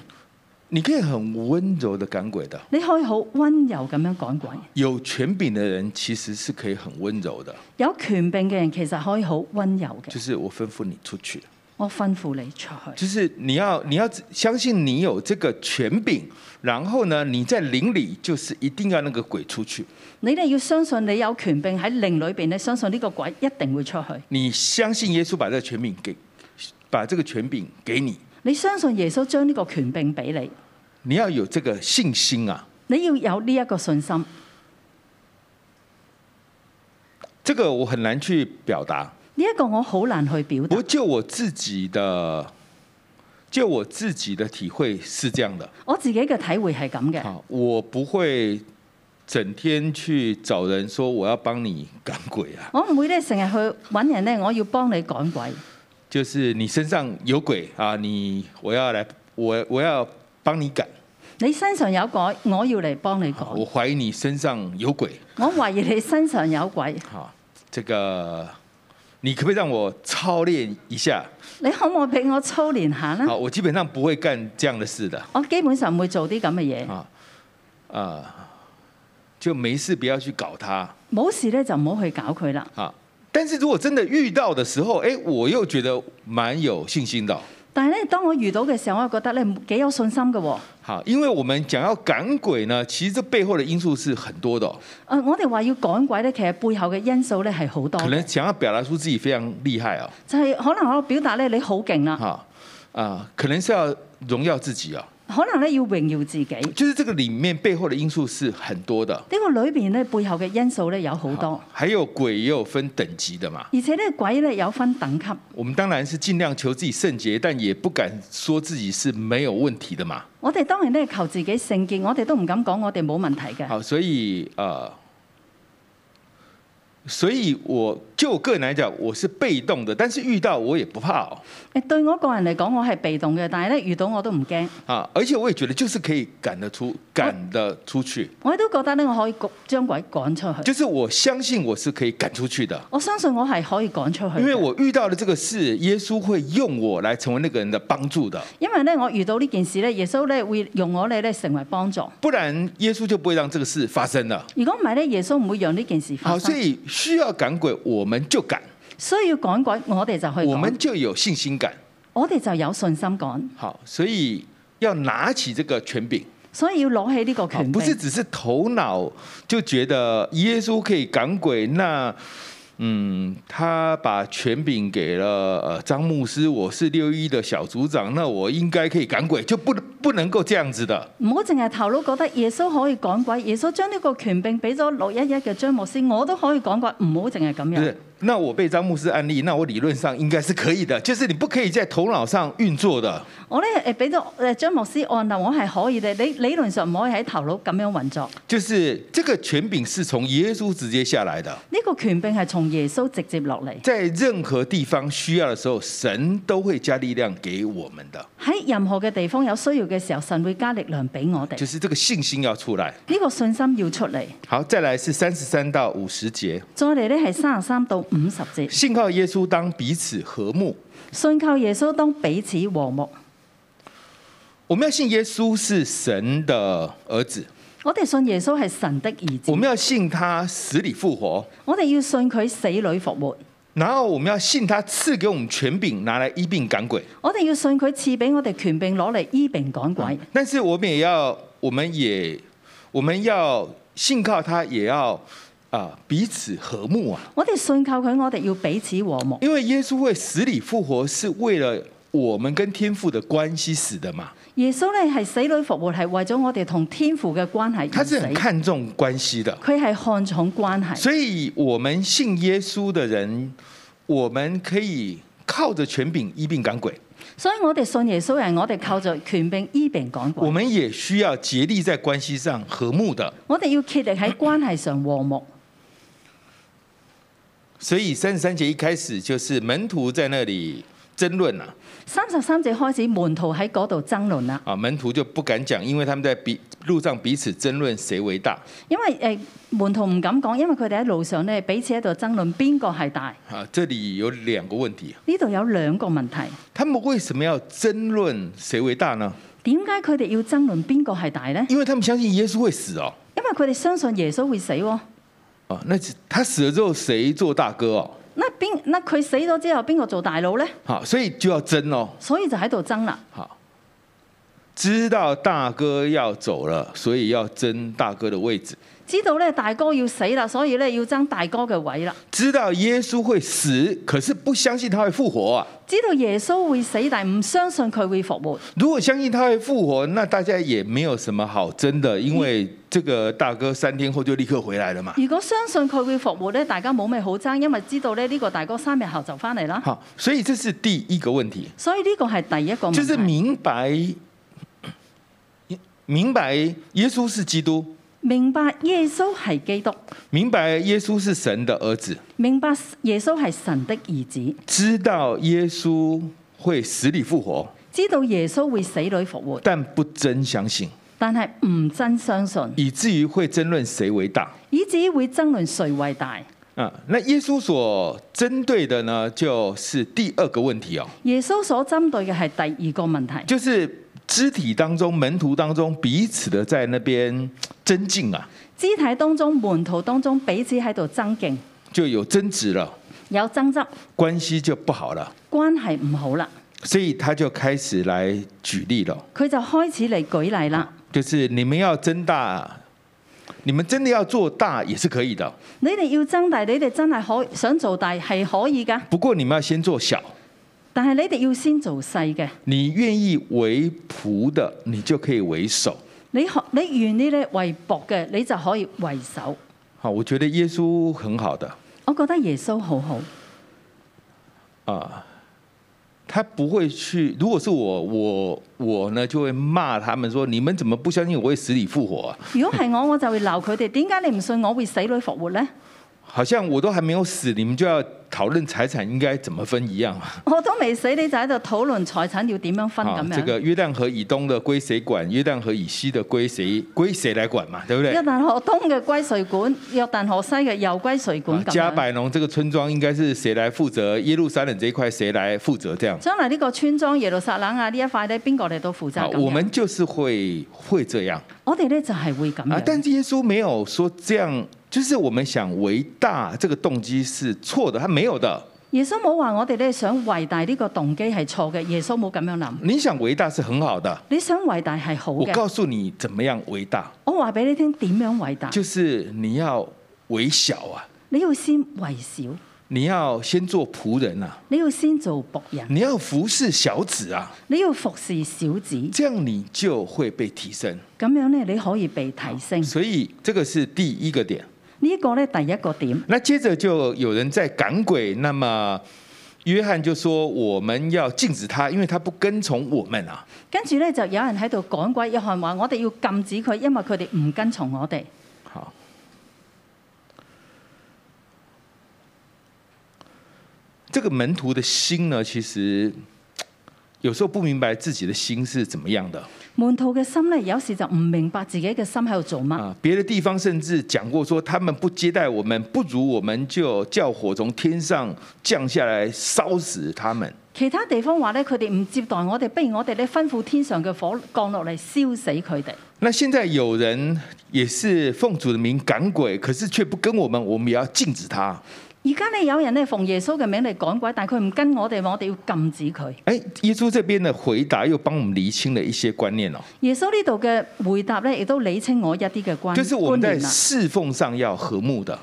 [SPEAKER 2] 你可以很溫柔的趕鬼的，
[SPEAKER 3] 你可以好温柔咁樣趕鬼。
[SPEAKER 2] 有權柄的人其實是可以很溫柔的，
[SPEAKER 3] 有權柄嘅人其實可以好温柔嘅
[SPEAKER 2] 就。是我吩咐你出去，
[SPEAKER 3] 我吩咐你出去，
[SPEAKER 2] 就是你要你要相信你有這個權柄，然後呢，你在靈裡就是一定要那個鬼出去，
[SPEAKER 3] 你哋要相信你有權柄喺靈裏邊，你相信呢個鬼一定會出去。
[SPEAKER 2] 你相信耶穌把這個權柄給，把這個權柄給你，
[SPEAKER 3] 你相信耶穌將呢個權柄俾你，
[SPEAKER 2] 你要有這個信心啊。
[SPEAKER 3] 你要有呢一個信心。呢、
[SPEAKER 2] 這個我很難去表達，
[SPEAKER 3] 一個我好難去表
[SPEAKER 2] 不
[SPEAKER 3] 達
[SPEAKER 2] 過。就我自己的，就我自己的體會是這樣的。
[SPEAKER 3] 我自己嘅體會係咁嘅，
[SPEAKER 2] 好，我不會整天去找人說我要幫你趕鬼啊，
[SPEAKER 3] 我唔會咧成日去揾人咧，我要幫你趕鬼。
[SPEAKER 2] 就是你身上有鬼啊，你我要來，我我要幫你趕，
[SPEAKER 3] 你身上有鬼，我要嚟幫你趕
[SPEAKER 2] 我。懷疑你身上有鬼，
[SPEAKER 3] 我懷疑你身上有鬼，
[SPEAKER 2] 好，這個你可不可以讓我操練一下？
[SPEAKER 3] 你可唔可以俾我操練下呢？
[SPEAKER 2] 好，我基本上不會幹這樣的事的。
[SPEAKER 3] 我基本上唔會做啲咁嘅嘢，
[SPEAKER 2] 啊啊，就没事不要去搞他
[SPEAKER 3] 冇事咧就唔好去搞佢啦。
[SPEAKER 2] 啊。但是如果真的遇到的时候，哎、我又觉得蛮有信心的哦。
[SPEAKER 3] 但係咧，當我遇到嘅時候，我又覺得咧幾有信心嘅喎、
[SPEAKER 2] 好，因为我们讲要赶鬼呢，其实这背后的因素是很多的哦、
[SPEAKER 3] 誒，呃我哋話要趕鬼咧，其實背後嘅因素咧係好多
[SPEAKER 2] 可
[SPEAKER 3] 嘅，
[SPEAKER 2] 能想要表达出自己非常厉害哦，
[SPEAKER 3] 就係可能我表達咧你好勁啦，
[SPEAKER 2] 哈啊，可能是要荣耀自己哦，
[SPEAKER 3] 可能咧要榮耀自己。呢、
[SPEAKER 2] 就是这个里面背后的因素是很多的，
[SPEAKER 3] 個裏邊咧背後嘅因素咧有好多
[SPEAKER 2] 好，还有鬼也有分等级的嘛。
[SPEAKER 3] 而且咧鬼咧有分等級。
[SPEAKER 2] 我们当然是尽量求自己圣洁，但也不敢说自己是没有问题的嘛。
[SPEAKER 3] 我哋當然咧求自己聖潔，我哋都唔敢講我哋冇問題嘅。
[SPEAKER 2] 好，所以呃，所以我就我个人来讲，我是被动的，但是遇到我也不怕哦，
[SPEAKER 3] 誒對我個人嚟講，我係被動嘅，但係咧遇到我都唔驚，
[SPEAKER 2] 啊，而且我也觉得就是可以趕得出，趕得出去，
[SPEAKER 3] 我都覺得咧我可以趕將鬼趕出去。
[SPEAKER 2] 就是我相信我是可以趕出去的，
[SPEAKER 3] 我相信我係可以趕出去嘅，
[SPEAKER 2] 因为我遇到的这个事，耶稣会用我来成为那个人的帮助的，
[SPEAKER 3] 因為咧我遇到呢件事咧，耶穌咧會用我哋咧成為幫助。
[SPEAKER 2] 不然耶稣就不会让这个事发生了。
[SPEAKER 3] 如果唔係咧，耶穌唔會讓呢件事
[SPEAKER 2] 好，
[SPEAKER 3] 發
[SPEAKER 2] 所
[SPEAKER 3] 生。
[SPEAKER 2] 以需要趕鬼，我们就趕，
[SPEAKER 3] 需要趕鬼，我哋就去
[SPEAKER 2] 我
[SPEAKER 3] 趕。
[SPEAKER 2] 们就有信心感。
[SPEAKER 3] 我哋就有信心趕，
[SPEAKER 2] 好，所以要拿起这个权柄。
[SPEAKER 3] 所以要攞起呢個
[SPEAKER 2] 好
[SPEAKER 3] 權
[SPEAKER 2] 不是
[SPEAKER 3] 柄。
[SPEAKER 2] 只是头脑就觉得耶稣可以赶鬼，那嗯，他把权柄给了呃张牧师，我是六一的小组长，那我应该可以赶鬼，就不不能够这样子的。
[SPEAKER 3] 唔好淨係頭腦覺得耶穌可以趕鬼，耶穌將呢個權柄俾咗六一一嘅張牧師，我都可以趕鬼，唔好淨係咁
[SPEAKER 2] 就
[SPEAKER 3] 樣
[SPEAKER 2] 是。，那我被张牧师安利，那我理论上应该是可以的， 就是你不可以在头脑上运作的。
[SPEAKER 3] 我咧誒俾咗誒張牧師按啦，我係可以嘅。你理論上唔可以喺頭腦咁樣運作。
[SPEAKER 2] 就是这个权柄是从耶稣直接下来的，
[SPEAKER 3] 呢、個權柄係從耶穌直接落嚟，
[SPEAKER 2] 在任何地方需要的时候，神都会加力量给我们的，
[SPEAKER 3] 喺任何嘅地方有需要嘅時候，神會加力量俾我哋。
[SPEAKER 2] 就
[SPEAKER 3] 呢、
[SPEAKER 2] 是这个信心要出来。
[SPEAKER 3] 個信心要出嚟。
[SPEAKER 2] 好，再来是三十三到五十节，
[SPEAKER 3] 再嚟咧係三十三到五十節，
[SPEAKER 2] 信靠耶稣当彼此和睦。
[SPEAKER 3] 信靠耶穌當彼此和睦。
[SPEAKER 2] 我们要信耶稣是神的儿子，
[SPEAKER 3] 我哋信耶穌係神的兒子
[SPEAKER 2] 我，们要信他死里复活，
[SPEAKER 3] 我哋要信佢死裏復活，
[SPEAKER 2] 然后我们要信他赐给我们权柄，拿来医病赶鬼。
[SPEAKER 3] 我哋要信佢賜俾我哋權柄攞嚟醫病趕鬼。
[SPEAKER 2] 啊但是我们也要，我们也，我们要信靠他，也要啊、彼此和睦啊。
[SPEAKER 3] 我哋信靠佢，我哋要彼此和睦，
[SPEAKER 2] 因为耶稣会死里复活，是为了我们跟天父的关系死的嘛。
[SPEAKER 3] 耶穌咧係死裏復活，係為咗我哋同天父嘅關係
[SPEAKER 2] 他
[SPEAKER 3] 而
[SPEAKER 2] 是很
[SPEAKER 3] 死。
[SPEAKER 2] 看重关系的。
[SPEAKER 3] 佢係看重關係，
[SPEAKER 2] 所以我们信耶稣的人，我们可以靠着权柄医病赶鬼，
[SPEAKER 3] 所以我哋信耶穌人，我哋靠着權柄醫病趕
[SPEAKER 2] 我
[SPEAKER 3] 鬼。
[SPEAKER 2] 们也需要竭力在关系上和睦的。
[SPEAKER 3] 我哋要竭力喺關係上和睦。
[SPEAKER 2] 所以三十三节一开始就是门徒在那里争论啊，
[SPEAKER 3] 三十三節開始，門徒喺嗰度爭論啦，
[SPEAKER 2] 啊，门徒就不敢讲，因为他们在彼路上彼此争论谁为大
[SPEAKER 3] 因為誒、呃、門徒唔敢講，因為佢哋喺路上咧彼此喺度爭論邊個係大。
[SPEAKER 2] 啊。这里有两个问题，
[SPEAKER 3] 呢度有兩個問題，
[SPEAKER 2] 他们为什么要争论谁为大呢？
[SPEAKER 3] 點解佢哋要爭論邊個係大呢？
[SPEAKER 2] 因为他们相信耶稣会死哦，
[SPEAKER 3] 因為佢哋相信耶穌會死喎、
[SPEAKER 2] 啊，那他死了之后谁做大哥哦？
[SPEAKER 3] 那邊那佢死咗之後，邊個做大佬呢？
[SPEAKER 2] 好，所以就要争哦。
[SPEAKER 3] 所以就喺度爭啦。
[SPEAKER 2] 好，知道大哥要走了，所以要争大哥的位置；
[SPEAKER 3] 知道咧大哥要死啦，所以咧要爭大哥嘅位啦。
[SPEAKER 2] 知道耶稣会死，可是不相信他会复活啊。
[SPEAKER 3] 知道耶穌會死，但唔相信佢會復活。
[SPEAKER 2] 如果相信他会复活，那大家也没有什么好争的，因为这个大哥三天后就立刻回来了嘛。
[SPEAKER 3] 如果相信佢會復活咧，大家冇咩好爭，因為知道咧呢個大哥三日後就翻嚟啦。
[SPEAKER 2] 好，所以这是第一个问题，
[SPEAKER 3] 所以呢個係第一個
[SPEAKER 2] 就
[SPEAKER 3] 問
[SPEAKER 2] 是
[SPEAKER 3] 題，
[SPEAKER 2] 明白明白耶稣是基督，
[SPEAKER 3] 明白耶穌係基督，
[SPEAKER 2] 明白耶稣是神的儿子，
[SPEAKER 3] 明白耶穌係神的兒子，
[SPEAKER 2] 知道耶稣会死里复活。
[SPEAKER 3] 知道耶穌會死裏復活，
[SPEAKER 2] 但不真相信，
[SPEAKER 3] 但係唔真相信，
[SPEAKER 2] 以至於会争论谁为大
[SPEAKER 3] 以至於會爭論誰為大。
[SPEAKER 2] 啊。那耶稣所针对的呢，就是第二个问题哦，
[SPEAKER 3] 耶穌所針對嘅係第二個問題，
[SPEAKER 2] 就是肢体当中、门徒当中彼此的在那边争竞啊，
[SPEAKER 3] 肢體當中、門徒當中彼此喺度爭競，
[SPEAKER 2] 就有争执了，
[SPEAKER 3] 有爭執，
[SPEAKER 2] 关系就不好了，
[SPEAKER 3] 關係唔好啦。
[SPEAKER 2] 所以他就开始来举例了，
[SPEAKER 3] 佢就開始嚟舉例啦。
[SPEAKER 2] 就是你们要争大。你们真的要做大也是可以的，
[SPEAKER 3] 你哋要爭大，你哋真係可想做大係可以噶，
[SPEAKER 2] 不过你们要先做小。
[SPEAKER 3] 但係你哋要先做細嘅。
[SPEAKER 2] 你愿意为仆的，你就可以为首。
[SPEAKER 3] 你學你願意咧為薄嘅，你就可以為首。
[SPEAKER 2] 好，我觉得耶稣很好的
[SPEAKER 3] 我覺得耶穌好好，
[SPEAKER 2] 啊，他不会去。如果是我，我我呢就会骂他们说：你们怎么不相信我会死里复活、啊？
[SPEAKER 3] 如果係我，我就會鬧佢哋。點解你唔信我會死裏復活呢？
[SPEAKER 2] 好像我都还没有死，你们就要讨论财产应该怎么分一样啊！
[SPEAKER 3] 我都未死，你就喺度討論財產要點樣分
[SPEAKER 2] 啊
[SPEAKER 3] 咁
[SPEAKER 2] 这
[SPEAKER 3] 樣。
[SPEAKER 2] 个约旦河以东的归谁管？约旦河以西的归谁归谁来管嘛？对不啊对
[SPEAKER 3] 約？旦河東嘅歸誰管？約旦河西嘅又歸誰
[SPEAKER 2] 啊
[SPEAKER 3] 管？咁
[SPEAKER 2] 加
[SPEAKER 3] 樣。
[SPEAKER 2] 百农这个村庄应该是谁来负责？耶路撒冷这一块谁来负责？这样，
[SPEAKER 3] 將來呢個村莊耶路撒冷啊呢一塊咧，邊個嚟到負責
[SPEAKER 2] 好，
[SPEAKER 3] 咁
[SPEAKER 2] 啊我
[SPEAKER 3] 樣？
[SPEAKER 2] 们就是会会这样。
[SPEAKER 3] 我哋咧就係會咁
[SPEAKER 2] 啊，
[SPEAKER 3] 樣。
[SPEAKER 2] 但是耶稣没有说这样，就是我们想为大这个动机是错的，他没有的。
[SPEAKER 3] 耶穌冇話我哋咧想偉大呢個動機係錯嘅，耶穌冇咁樣諗。
[SPEAKER 2] 你想为大是很好的，
[SPEAKER 3] 你想偉大係好
[SPEAKER 2] 我
[SPEAKER 3] 嘅，
[SPEAKER 2] 告訴你怎么样为大，
[SPEAKER 3] 我話俾你聽點樣偉大，
[SPEAKER 2] 就是你要为小啊，
[SPEAKER 3] 你要先為小，
[SPEAKER 2] 你要先做仆人啊，
[SPEAKER 3] 你要先做仆人，
[SPEAKER 2] 你要服侍小子啊，
[SPEAKER 3] 你要服侍小子，咁
[SPEAKER 2] 这样你就会被提升。
[SPEAKER 3] 樣咧你可以被提升。
[SPEAKER 2] 所以这个啊是第一个点。
[SPEAKER 3] 呢一個咧第一個點，
[SPEAKER 2] 那接着就有人在赶鬼，那么约翰就说我们要禁止他，因为他不跟从我们啊。
[SPEAKER 3] 跟住咧就有人喺度趕鬼，約翰話：我哋要禁止佢，因為佢哋唔跟從我哋。
[SPEAKER 2] 好。这个门徒的心呢，其实有时候不明白自己的心是怎么样的
[SPEAKER 3] 門徒嘅心咧有時就唔明白自己嘅心喺度做乜。
[SPEAKER 2] 啊。别的地方甚至讲过说，他们不接待我们，不如我们就叫火从天上降下来烧死他们。
[SPEAKER 3] 其他地方話咧佢哋唔接待我哋，不如我哋咧吩咐天上嘅火降落嚟燒死佢哋。
[SPEAKER 2] 那现在有人也是奉主的名赶鬼，可是却不跟我们，我们也要禁止他。
[SPEAKER 3] 而家咧有人咧奉耶穌嘅名嚟趕鬼，但係佢唔跟我哋，我哋要禁止佢。
[SPEAKER 2] 哎，耶稣这边的回答又帮我们厘清了一些观念哦。
[SPEAKER 3] 耶穌呢度嘅回答咧，亦都理清我一啲嘅關
[SPEAKER 2] 就是我
[SPEAKER 3] 觀
[SPEAKER 2] 们在
[SPEAKER 3] 念啦。
[SPEAKER 2] 侍奉上要和睦的。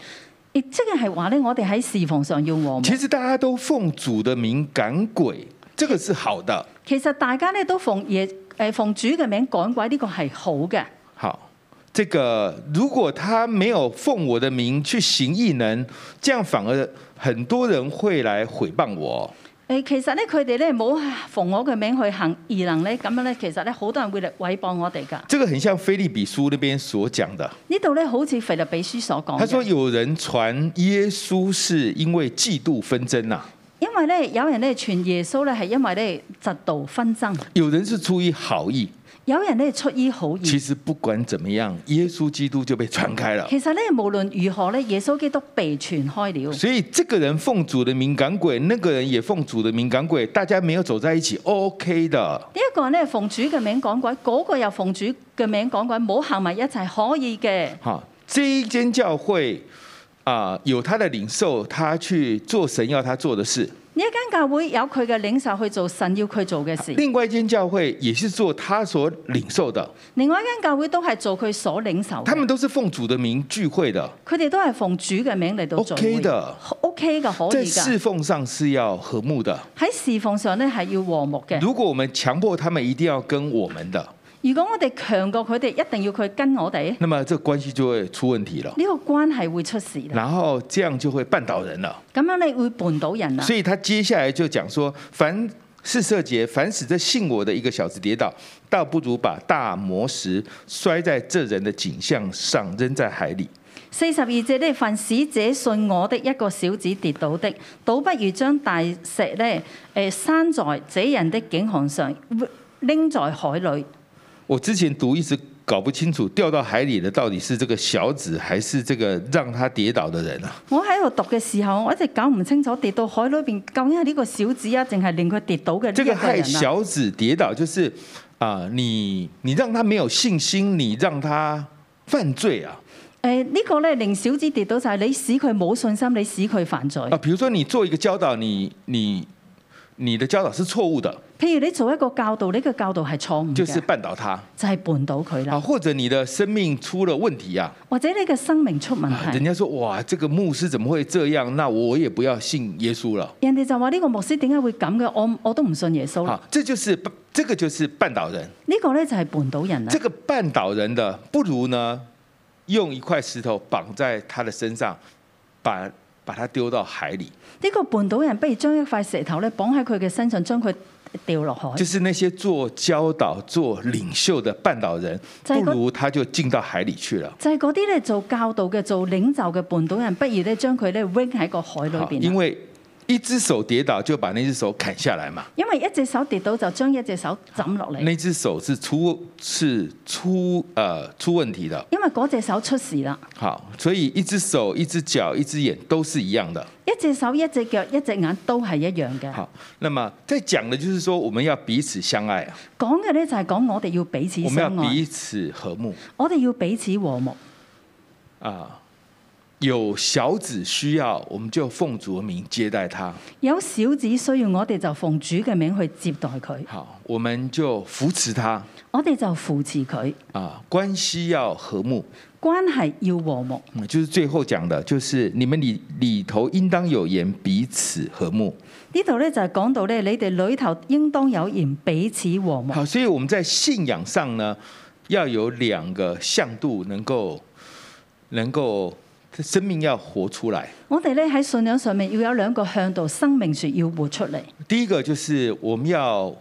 [SPEAKER 3] 亦即係話咧，我哋喺侍奉上要和睦。
[SPEAKER 2] 其實大家都奉主的名赶鬼，这个是好的。
[SPEAKER 3] 其實大家咧都奉耶誒奉主嘅名趕鬼，呢、個係好嘅。
[SPEAKER 2] 好，这个如果他没有奉我的名去行异能，这样反而很多人会来毁谤我。
[SPEAKER 3] 誒，其實咧佢哋咧冇奉我嘅名去行異能咧，咁樣咧其實咧好多人會嚟毀謗我哋㗎。
[SPEAKER 2] 这个很像菲利比书那边所讲的，
[SPEAKER 3] 呢度咧好似腓立比書所講
[SPEAKER 2] 他说
[SPEAKER 3] 嘅，
[SPEAKER 2] 有人传耶稣是因为嫉妒纷争呐、啊
[SPEAKER 3] 因因為咧有人咧傳耶穌咧係因為咧嫉妒紛爭，
[SPEAKER 2] 有人是出于好意，
[SPEAKER 3] 有人咧出於好
[SPEAKER 2] 其
[SPEAKER 3] 意。
[SPEAKER 2] 实不管怎么样，耶穌基督就被传开了。
[SPEAKER 3] 其實咧無論如何咧，耶穌基督被傳開了。
[SPEAKER 2] 所以这个人奉主的敏感鬼，那个人也奉主的敏感鬼，大家没有走在一起，OK 的。
[SPEAKER 3] 呢一個人咧奉主嘅名講鬼，嗰、個又奉主嘅名講鬼，冇行埋一齊可以嘅。
[SPEAKER 2] 好，这一间教会啊、有他的领袖，他去做神要他做的事；
[SPEAKER 3] 呢一間教會有佢嘅領袖去做神要佢做嘅事，
[SPEAKER 2] 另外一间教会也是做他所领受的。
[SPEAKER 3] 另外一間教會都係做佢所領受嘅。
[SPEAKER 2] 他们都是奉主的名聚会的，
[SPEAKER 3] 佢哋都係奉主嘅名嚟到做
[SPEAKER 2] OK 的
[SPEAKER 3] ，OK 嘅可
[SPEAKER 2] 在
[SPEAKER 3] 以
[SPEAKER 2] 侍
[SPEAKER 3] 㗎。
[SPEAKER 2] 奉上是要和睦的。
[SPEAKER 3] 喺侍奉上咧係要和睦嘅。
[SPEAKER 2] 如果我们强迫他们一定要跟我们的，
[SPEAKER 3] 如果我哋強過佢哋，一定要佢跟我哋，呢、
[SPEAKER 2] 那么这關係就會出問題了，
[SPEAKER 3] 個關係會出事啦。
[SPEAKER 2] 然後這樣就會绊倒人了。
[SPEAKER 3] 咁樣你會絆倒人啊啦。
[SPEAKER 2] 所以他接下來就講說：凡是色节，凡使这信我的一個小子跌倒，倒不如把大磨石摔在这人的颈项上，扔在海里。
[SPEAKER 3] 四十二節呢，凡使者信我的一個小子跌倒的，倒不如將大石呢誒、呃、山在這人的頸項上，拎在海裏。
[SPEAKER 2] 我之前讀一直搞不清楚，掉到海里的到底是這個小子，還是這個讓他跌倒的人啊？
[SPEAKER 3] 我喺度讀嘅時候，我一直搞唔清楚跌到海裏邊究竟係呢個小子啊，定係令佢跌倒嘅呢
[SPEAKER 2] 這
[SPEAKER 3] 一
[SPEAKER 2] 個
[SPEAKER 3] 個
[SPEAKER 2] 害
[SPEAKER 3] 人啊？
[SPEAKER 2] 小子跌倒，就是啊、你你讓他沒有信心，你讓他犯罪啊。
[SPEAKER 3] 誒呃呢個咧令小子跌倒就係你使佢冇信心，你使佢犯罪。
[SPEAKER 2] 啊，比如说你做一个教导，你你你的教导是错误的，
[SPEAKER 3] 譬如你做一個教導，呢、個教導係錯誤嘅，
[SPEAKER 2] 就是绊倒他
[SPEAKER 3] 就係絆倒佢
[SPEAKER 2] 啊，
[SPEAKER 3] 啦，
[SPEAKER 2] 或者你的生命出了问题啊，
[SPEAKER 3] 或者你嘅生命出問
[SPEAKER 2] 啊人
[SPEAKER 3] 題。
[SPEAKER 2] 家说哇，这个牧师怎么会这样？那我也不要信耶稣了。
[SPEAKER 3] 人哋就話呢個牧師點解會咁嘅？我我都唔信耶穌啦。
[SPEAKER 2] 啊，這就是这个就是绊倒人，
[SPEAKER 3] 呢個咧就係絆倒人啦啊
[SPEAKER 2] 这。个绊倒人的不如呢，用一塊石头绑在他的身上，把把他丢到海里。
[SPEAKER 3] 呢個絆倒人不如將一塊石頭咧綁喺佢嘅身上，將佢掉落海。
[SPEAKER 2] 就是那些做教導、做領袖的绊倒人，
[SPEAKER 3] 在
[SPEAKER 2] 不
[SPEAKER 3] 一个
[SPEAKER 2] 如他就進到海里去了。
[SPEAKER 3] 就係嗰啲咧做教導嘅、做領袖嘅絆倒人，不如咧將佢咧扔喺個海裏
[SPEAKER 2] 好
[SPEAKER 3] 邊
[SPEAKER 2] 因
[SPEAKER 3] 啦。
[SPEAKER 2] 为一只手跌倒就把那只手砍下来嘛，
[SPEAKER 3] 因為一隻手跌倒就將一隻手枕落嚟，
[SPEAKER 2] 那只手是出是出呃出问题的。
[SPEAKER 3] 因為嗰隻手出事啦。
[SPEAKER 2] 好，所以一只手、一只脚、一只眼都是一样的。
[SPEAKER 3] 一隻手、一隻腳、一隻眼都係一樣嘅。
[SPEAKER 2] 好，那么在讲的就是说，我們要彼此相愛啊，
[SPEAKER 3] 講嘅咧就係講我哋要彼此
[SPEAKER 2] 我們
[SPEAKER 3] 相
[SPEAKER 2] 要
[SPEAKER 3] 愛，
[SPEAKER 2] 彼此和睦
[SPEAKER 3] 我哋要彼此和睦。
[SPEAKER 2] 啊。有小子需要，我們就奉主的名接待他。
[SPEAKER 3] 有小子需要，我哋就奉主嘅名去接待佢，
[SPEAKER 2] 好，我們就扶持他
[SPEAKER 3] 我哋就扶持佢，
[SPEAKER 2] 啊，關係要和睦。
[SPEAKER 3] 關係要和睦。
[SPEAKER 2] 嗯，就是最后讲的，就是你们里里头应当有言，彼此和睦。
[SPEAKER 3] 呢度咧就係講到咧，你哋裏頭應當有言，彼此和睦。
[SPEAKER 2] 好，所以我们在信仰上呢，要有两个向度能，够能够生命要活出来。
[SPEAKER 3] 我哋咧喺信仰上面要有兩個向度，生命樹要活出嚟。
[SPEAKER 2] 第一个就是我们要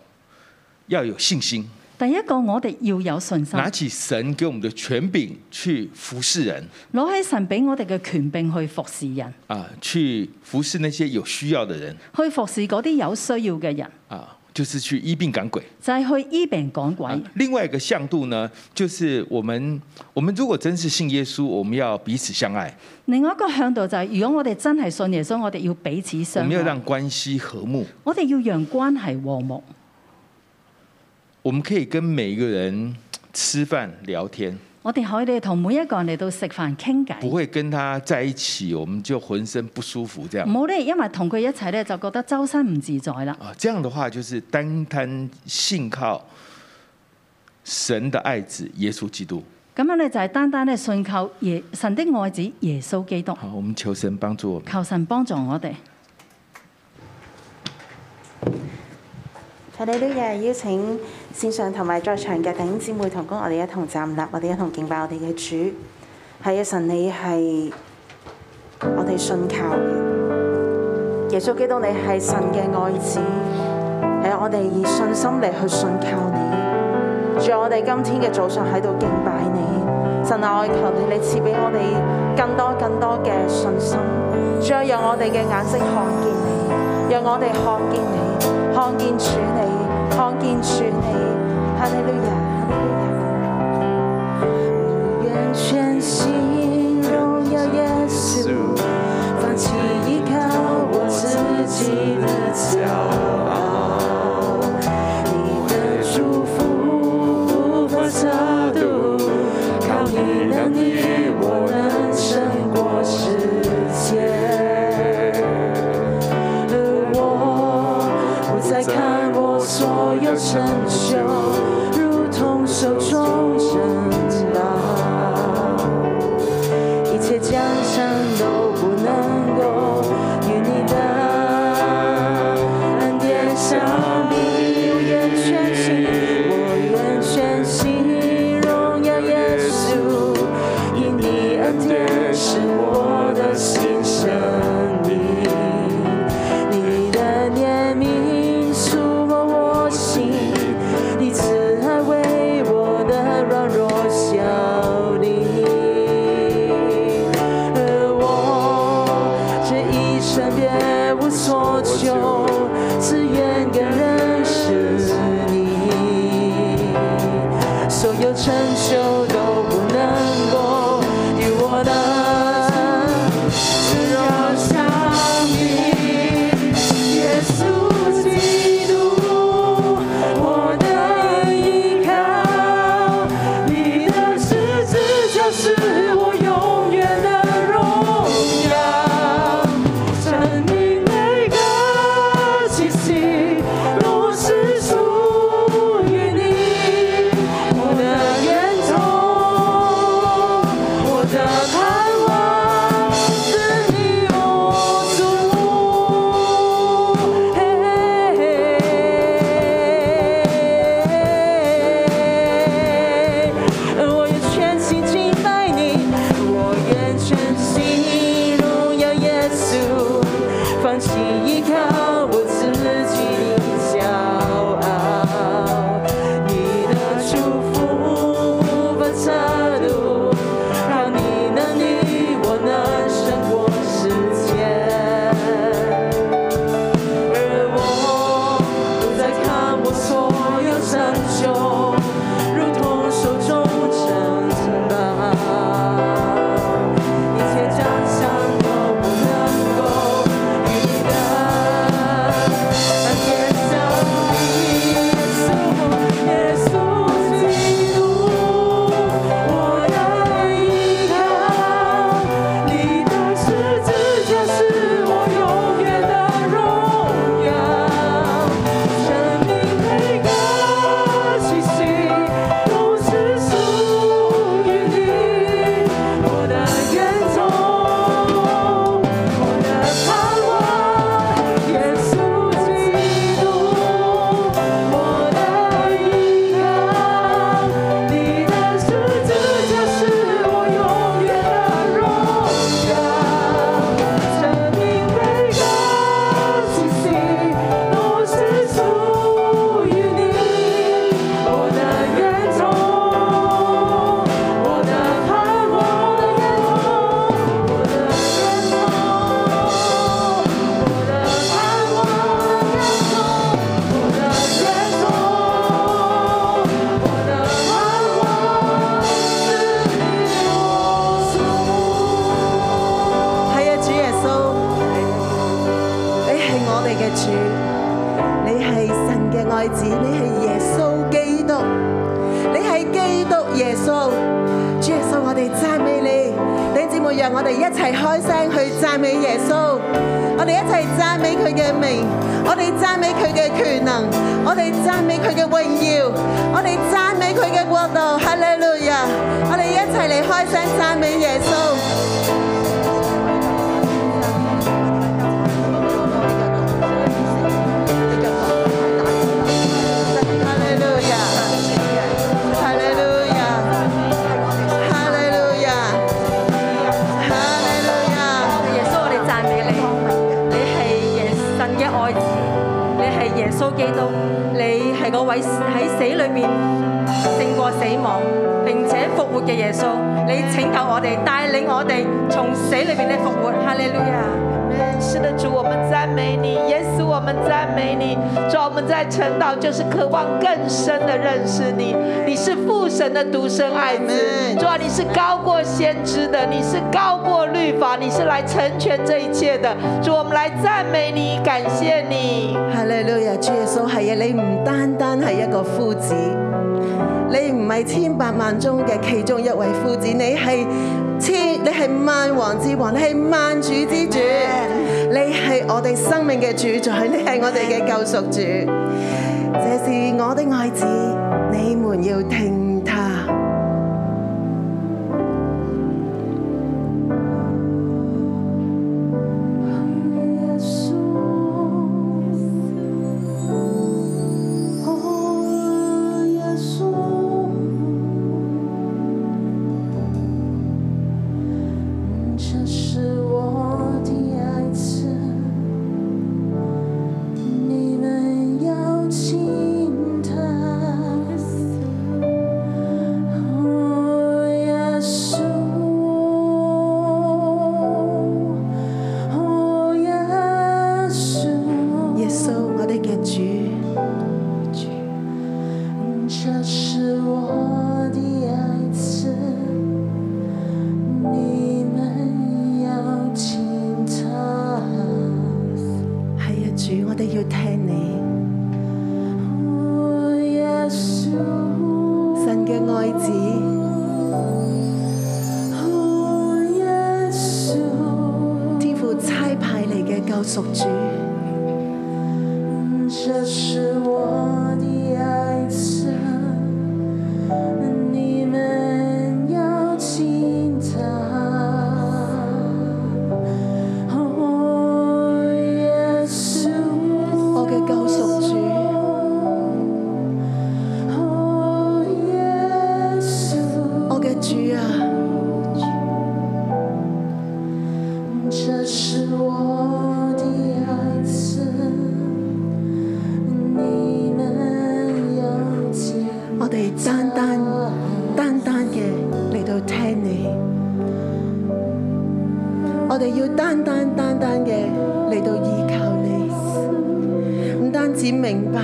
[SPEAKER 2] 要有信心，
[SPEAKER 3] 第一個，我哋要有信心，
[SPEAKER 2] 拿起神给我们的权柄去服侍人
[SPEAKER 3] 攞起神俾我哋嘅權柄去服侍人，
[SPEAKER 2] 啊，去服侍那些有需要的人
[SPEAKER 3] 去服侍嗰啲有需要嘅人，
[SPEAKER 2] 啊，就是去医病赶鬼。
[SPEAKER 3] 就係、去醫病趕鬼。
[SPEAKER 2] 啊另外一个向度呢，就是我们我们如果真是信耶稣，我们要彼此相爱，
[SPEAKER 3] 另外一個向度就係、如果我哋真係信耶穌，我哋要彼此
[SPEAKER 2] 我
[SPEAKER 3] 相
[SPEAKER 2] 们要
[SPEAKER 3] 愛
[SPEAKER 2] 让。关系和睦。
[SPEAKER 3] 我哋要讓關係和睦，
[SPEAKER 2] 我們可以跟每一個人吃飯聊天，
[SPEAKER 3] 我哋可以同每一個人嚟到食飯傾偈，
[SPEAKER 2] 不
[SPEAKER 3] 唔
[SPEAKER 2] 會跟他在一起，我們就渾身不舒服這樣。
[SPEAKER 3] 好咧，因為同佢一齊咧就覺得周身唔自在啦。
[SPEAKER 2] 啊，这样的话就是单单信靠神的愛子耶穌基督。
[SPEAKER 3] 咁樣咧就係單單咧信靠耶神的愛子耶穌基督，
[SPEAKER 2] 好，我們求神幫助我們。
[SPEAKER 3] 求神幫助我哋。
[SPEAKER 4] 我哋都日邀請線上同埋在場嘅弟兄姊妹同工，我哋一同站立，我哋一同敬拜我哋嘅主。係啊，神你係我哋信靠嘅。耶穌基督，你係神嘅愛子，係啊我哋以信心嚟去信靠你。主啊，我哋今天嘅早上喺度敬拜你，神啊，我求你，你賜俾我哋更多更多嘅信心。主啊，讓我哋嘅眼睛看見你。
[SPEAKER 5] 讓我哋看見你，看見主你，看見主你，哈利路亞，哈利路亞。我願全心榮耀耶穌，放棄依靠我自己的驕傲，你的祝福無法測度，靠你能力，我能勝過世界。而我不再看我所有成就，如同手中珍宝，一切奖赏都不能够与你的恩典相比。我愿全心，我愿全心荣耀耶稣，因你恩典是我的新生命。你的怜悯触摸我心，你慈爱为我的软弱效力。而我这一生别无所求，只愿更认识你。所有成就都不能够与我的自由相比。耶稣基督，我的依靠，你的十字架是我永远的荣耀。生命每个气息都是属于你，我的源头，我的盼望是你我主。嘿我愿全心敬拜你，我愿全心荣耀耶稣，放弃依靠我自己的骄傲。你的祝福无法测度，靠你能力，我能胜过世界。而我不再看我所有成就，如同手中珍宝，一切奖赏都不能够与你的恩典相比。耶稣，耶稣基督，我的依靠，你的十字架是我永远的荣耀，生命每个气息都是属于你，我的源头，我的盼望，耶稣基督，我的依靠，你的十字架是我永远的荣耀，生命每个气息都是属于你，我的源头，我的盼望，我的源头，我的盼望，我的源头，我的盼望是你我
[SPEAKER 6] 係啊，主耶穌，你係我哋嘅主，你係神嘅愛子，你係耶穌基督，你係基督耶穌。主耶穌，我哋讚美你，弟兄姊妹，讓我哋一齊開聲去讚美耶穌，我哋一齊讚美佢嘅名，我哋讚美佢嘅權能，我哋讚美佢嘅榮耀，我哋讚美佢嘅國度，哈利路亞！我哋一齊嚟開聲讚美耶穌。哈利路亞，哈利路亞，哈利路亞，哈利路亞，
[SPEAKER 7] 耶穌，我哋讚美你，你係耶神嘅愛子，你係耶穌基督，你係嗰位喺死裏面勝過死亡並且復活嘅耶穌，你拯救我哋，帶領我哋從死裏面咧復活，哈利路亞！
[SPEAKER 8] 是的，主，我们赞美你，耶稣，我我们赞美你。主啊，我们在晨祷就是渴望更深的认识你。你是父神的独生爱子，主啊，你是高过先知的，你是高过律法，你是来成全这一切的。主，我们来赞美你，感谢你。
[SPEAKER 9] 哈利路亞，主耶穌係啊！你唔單單係一個夫子，你唔係千百萬中嘅其中一位夫子，你係千，你係萬王之王，你係萬主之主，你係我哋生命嘅主宰，你係我哋嘅救贖主。這是我的愛子，你們要聽他。
[SPEAKER 5] 这是我的爱子，你们要听他。哦，耶稣，哦，耶稣，
[SPEAKER 9] 耶穌，我哋嘅主。
[SPEAKER 5] 这是我的爱子，你们要听他。
[SPEAKER 9] 係啊，主，我哋要聽你，
[SPEAKER 5] 哦，耶稣，
[SPEAKER 9] 神嘅愛子，
[SPEAKER 5] 哦，耶稣，
[SPEAKER 9] 天父差派你嘅救贖主，
[SPEAKER 5] 这是我的爱子，你们要听他。哦，耶稣。
[SPEAKER 9] 我嘅救贖主。
[SPEAKER 5] 哦，耶稣，
[SPEAKER 9] 我嘅主啊，
[SPEAKER 5] 这是我的爱子，你们要听
[SPEAKER 9] 我哋单单单单嘅嚟到聽你，我哋要單單單單嘅嚟到依靠你，唔單止明白，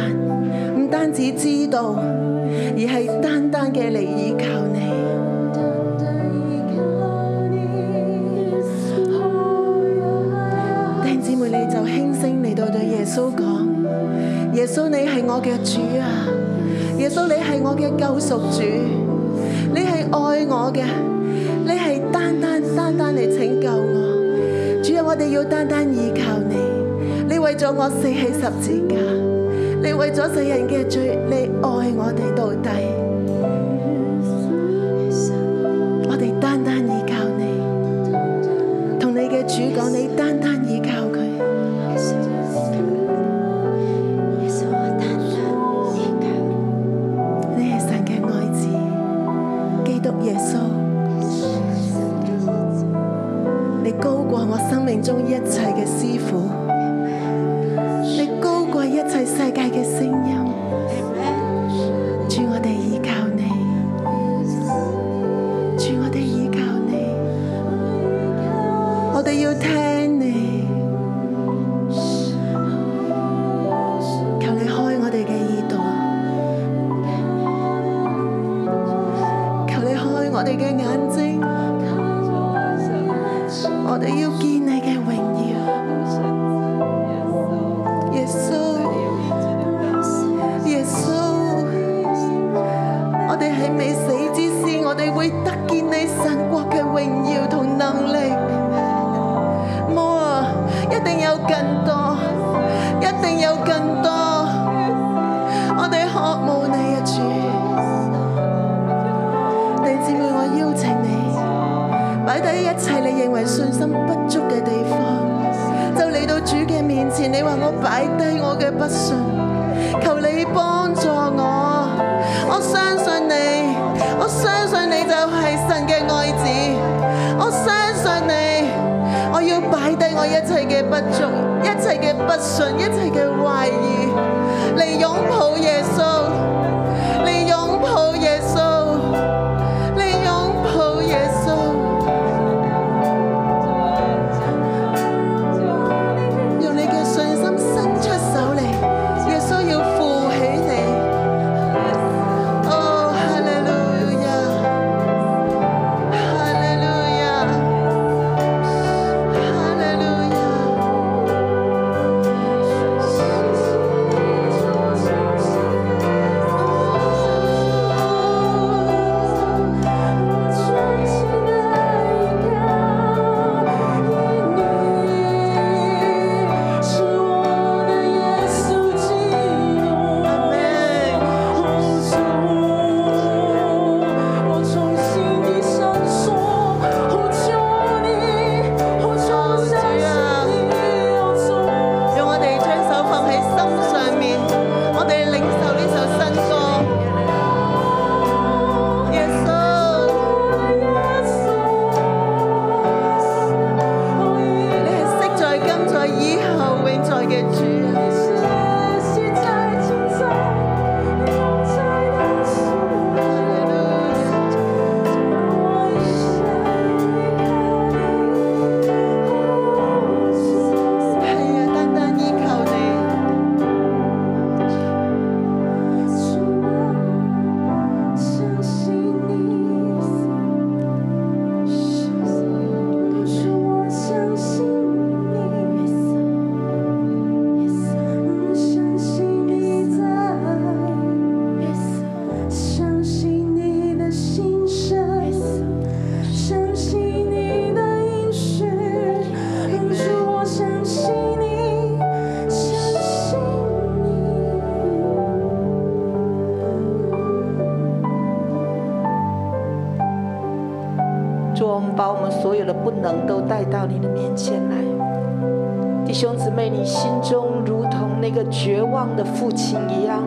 [SPEAKER 9] 唔單止知道，而係單單嘅嚟依靠你。
[SPEAKER 5] 单单依靠你。哦，
[SPEAKER 9] 弟兄姊妹，你就輕聲嚟到對耶穌講：耶穌，你係我嘅主啊！耶穌，你係我嘅救贖主，你係愛我嘅，你係單單單單嚟拯救我。主啊，我哋要單單依靠你，你為咗我死喺十字架，你為咗世人嘅罪，你愛我哋到底。我哋單單依靠你，同你嘅主講，你單單依靠佢。你係神嘅愛子，基督耶穌，你高過我生命中一切嘅師傅，你高過一切世界嘅聲音。主，我哋依靠你，主，我哋依靠你，我哋要聽你，求你開我哋嘅耳朵。求你開我哋嘅眼睛，我哋要見你嘅榮耀，耶穌，耶穌，我哋喺未死之先，我哋會得見你神國嘅榮耀同能力。冇啊，一定有更多，一定有更多，我哋渴慕你啊，主。弟兄姊妹，我邀請你擺低一切你認為信心不足嘅地方，就嚟到主嘅面前。你話我擺低我嘅不信，求你幫助我。我相信你，我相信你就係神嘅愛子。我相信你，我要擺低我一切嘅不足，一切嘅不信，一切嘅懷疑，嚟擁抱耶穌，嚟擁抱耶穌。你擁抱耶穌，用你嘅信心伸出手
[SPEAKER 5] Oh, 啊
[SPEAKER 8] 的不能都带到你的面前来。弟兄姊妹，你心中如同那个绝望的父亲一样，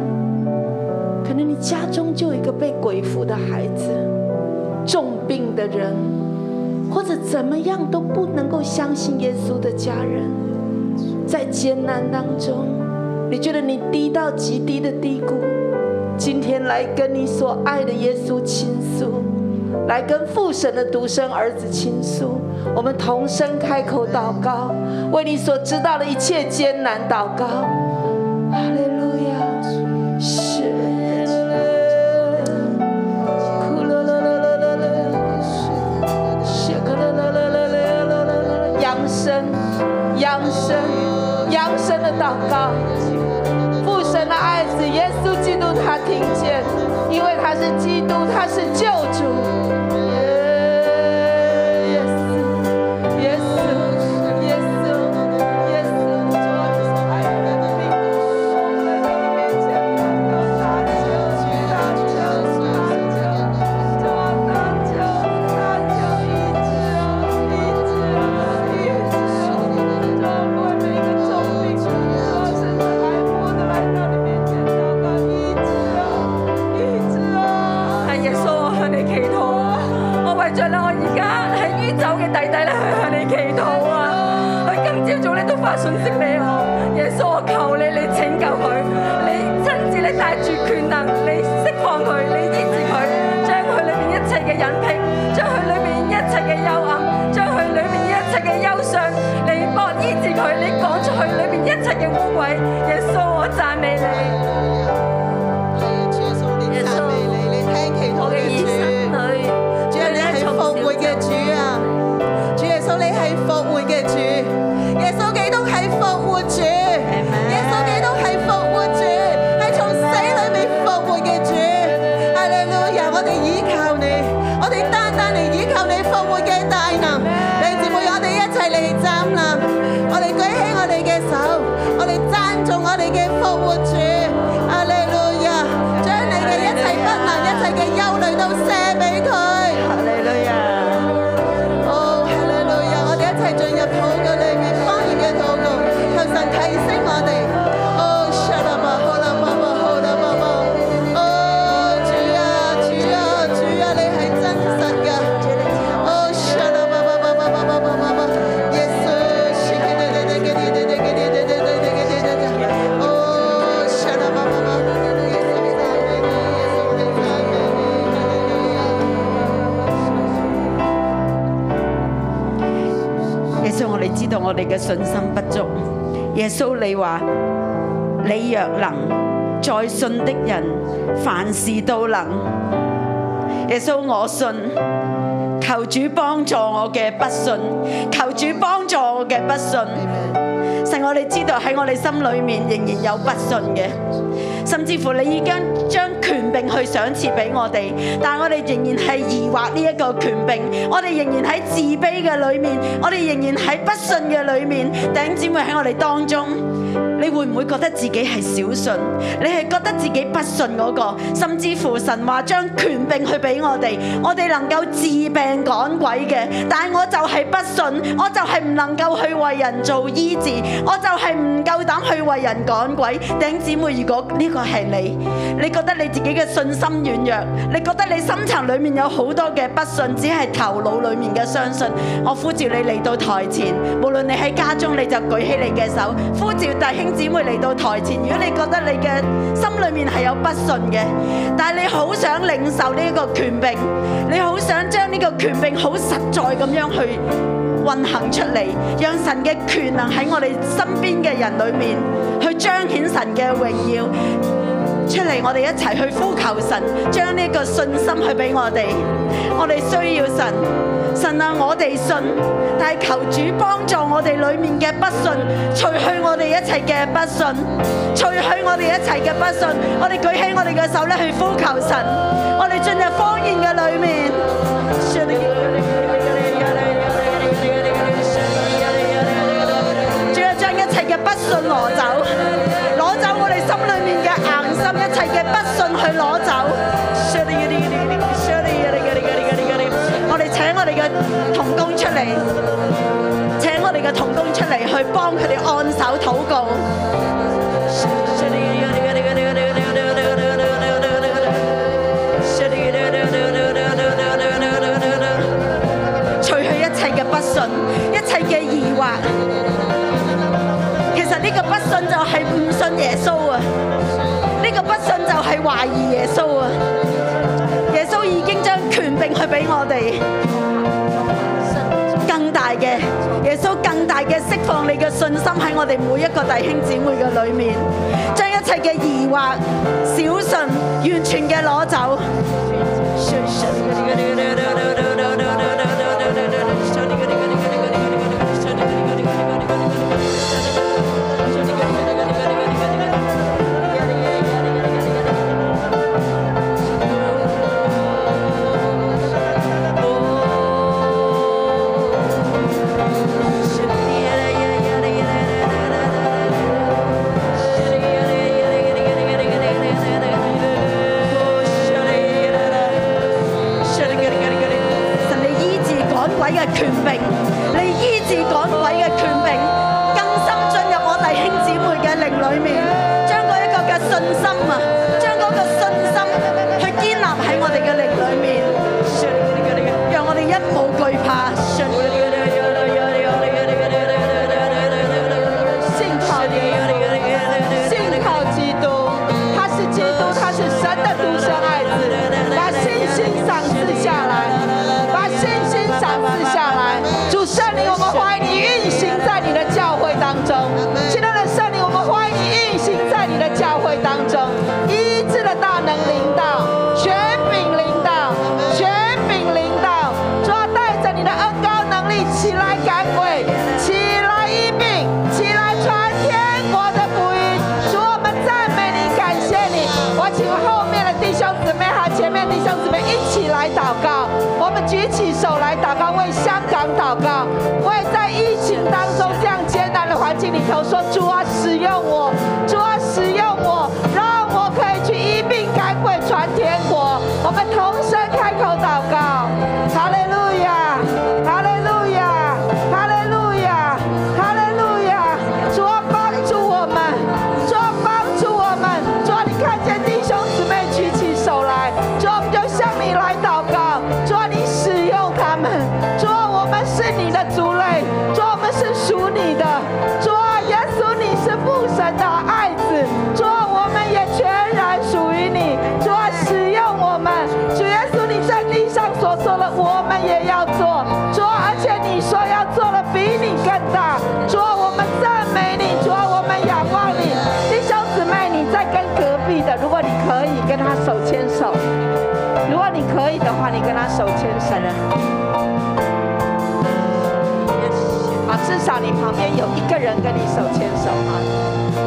[SPEAKER 8] 可能你家中就有一个被鬼附的孩子，重病的人，或者怎么样都不能够相信耶稣的家人，在艰难当中，你觉得你低到极低的低谷，今天来跟你所爱的耶稣倾诉。来跟父神的独生儿子倾诉，我们同声开口祷告，为你所知道的一切艰难祷告。哈利路亚，神哭啦啦啦啦啦啦，谢克啦啦啦啦啦啦啦，扬声，扬声，扬声的祷告。父神的爱子耶稣基督，他听见，因为他是基督，他是救主。耶稣，耶稣，耶稣，耶稣，主啊，你所爱的人，你我在你面前祷告，大求，大求，大求，主啊，大求，大求，医治啊，医治啊，医治啊！主啊，为每一个重病，主啊，甚至来活的来到你面前祷告，医治啊，医治啊！
[SPEAKER 10] 係耶穌，我向你祈禱啊！我為着咧，我而家喺於走嘅弟弟咧，去向你祈禱啊！佢今朝早咧都發信息俾我，耶穌，我求你，你拯救佢，你親自你帶住權能，你釋放佢，你醫治佢，將佢裏面一切嘅隱蔽，將佢裏面一切嘅幽暗，將佢裏面一切嘅憂傷，你幫我醫治佢，你講出佢裏面一切嘅污穢，耶穌，我讚美你。
[SPEAKER 9] 主耶穌，你讚美你，你聽祈禱嘅主，主啊，你係復活嘅主啊，主耶穌，你係復活嘅主，耶穌基督係復活主，耶穌基督係復活主，係從死裏面復活嘅主，哈利路亞，我哋依靠你，我哋單單嚟依靠你復活嘅大能，弟兄姊妹，我哋一齊嚟站立，我哋舉起我哋嘅手，我哋讚頌我哋嘅復活主，哈利路亞，將你嘅一切不能、一切嘅憂慮都卸俾佢。哦，哈利路亞！我哋一齊進入禱告裏面，方言嘅禱告，求神提升我哋。哦，沙拉巴，好啦，巴巴，好啦，巴巴。哦，主啊，主啊，主啊，你係真實㗎。哦，沙拉巴巴巴巴巴巴巴巴。耶穌，是嘅，嘅嘅嘅嘅嘅嘅嘅嘅嘅嘅嘅。哦，沙拉巴巴巴。耶穌，你讚美你，耶穌，你讚美你。
[SPEAKER 5] 耶稣，我哋知道我哋嘅信心不足。耶稣，你话你若能，在信的人凡事都能。耶稣，我信，求主帮助我嘅不信，求主帮助我嘅不信。神，我哋知道喺我哋心里面仍然有不信嘅，甚至乎你已經將權柄去賞賜俾我哋，但係我哋仍然係疑惑呢一個權柄，我哋仍然喺自卑嘅裏面，我哋仍然喺不信嘅裏面，弟兄姊妹喺我哋當中。你會唔會覺得自己係小信？你係覺得自己不信嗰、個，甚至乎神話將權柄去俾我哋，我哋能夠治病趕鬼嘅，但係我就係不信，我就係唔能夠去為人做醫治，我就係唔夠膽去為人趕鬼。頂姊妹，如果呢個係你，你覺得你自己嘅信心軟弱，你覺得你深層裡面有好多嘅不信，只係頭腦裡面嘅相信，我呼召你嚟到台前，無論你喺家中，你就舉起你嘅手，呼召弟兄姊妹嚟到台前。如果你覺得你嘅心裡面係有不信嘅，但係你好想領受呢一個權柄，你好想將呢個權柄好實在咁樣去運行出嚟，讓神嘅權能喺我哋身邊嘅人裡面去彰顯神嘅榮耀。出嚟，我哋一齊去呼求神，將呢個信心去俾我哋。我哋需要神，神啊，我哋信，但係求主幫助我哋裡面嘅不信，除去我哋一切嘅不信，除去我哋一切嘅不信。我哋舉起我哋嘅手咧去呼求神，我哋進入方言嘅裏面。主啊，將一切嘅不信攞走，攞走我哋心裏面嘅硬心，一切嘅不信去攞走。我哋請我哋嘅童工出嚟，
[SPEAKER 8] 哋嘅童工出嚟去幫佢哋按手禱告。除去一切嘅不信，一切嘅疑惑。其實呢個不信就係唔信耶穌啊！呢、個不信就係懷疑耶穌啊！耶穌已經將權柄去俾我哋，更大嘅耶穌更大嘅釋放你嘅信心喺我哋每一個弟兄姊妹嘅裏面，將一切嘅疑惑、小信完全嘅攞走。神你醫治趕鬼嘅權柄，你醫治趕鬼嘅權柄，更深進入我弟兄姊妹嘅靈裏面，將嗰一個嘅信心啊，將嗰個信心去建立喺我哋嘅靈裏面，讓我哋一無懼怕。
[SPEAKER 5] 信靠耶稣，信靠基督，他是基督，他是神的独生爱子，把信心赏赐下来，把信心赏赐下来。主圣灵，我们欢迎你运行在你的教会当中，亲爱的圣灵，我们欢迎你运行在你的教会当中，医治的大能领导，权柄领导，权柄领导，主要带着你的恩高能力起来赶鬼，起来医病，起来传天国的福音。主，我们赞美你，感谢你。我请后面的弟兄姊妹和前面弟兄姊妹一起来祷告，我们举起手来祷告，为香港祷告，为在疫情当中这样艰难的环境里头说，主啊，使用我，主啊，使用我，让我可以去医病赶鬼传天国。我们同声开口祷告，哈利路亚，哈利路亚，哈利路亚，哈利路亚，主啊，帮助我们，主啊，帮助我们，主啊，你看见弟兄姊妹举起手来，主啊，我们就向你来祷告，主啊，你使用他们，主啊，我们是你的族类，主啊，我们是属你的，主啊，耶稣你是父神的爱子，主啊，我们也全然属于你，主啊，使用我们，主耶稣你在地上所做的，我们也要做，主啊，而且你说要做的比你更大，主啊，我们赞美你，主啊，我们仰望你，弟兄姊妹，你在跟隔壁的，如果你可以跟他手牵手，如果你可以的话，你跟他手牵手啊，至少你旁边有一个人跟你手牵手啊，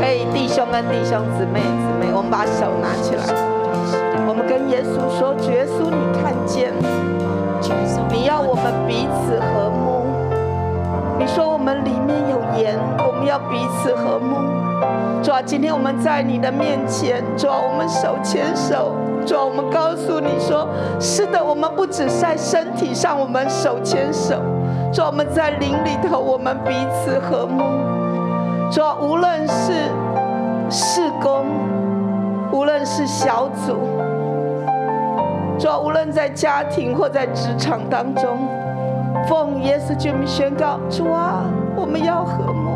[SPEAKER 5] 可以弟兄跟弟兄姊妹姊妹，我们把手拿起来，我们跟耶稣说，主耶稣，你看见，你要我们彼此和睦，你说我们里面有盐，我们要彼此和睦。主啊，今天我们在你的面前，主啊，我们手牵手。主啊，我们告诉你说，是的，我们不只在身体上，我们手牵手。主啊，我们在灵里头，我们彼此和睦。主啊，无论是事工，无论是小组，主啊，无论在家庭或在职场当中，奉耶稣之名宣告，主啊，我们要和睦，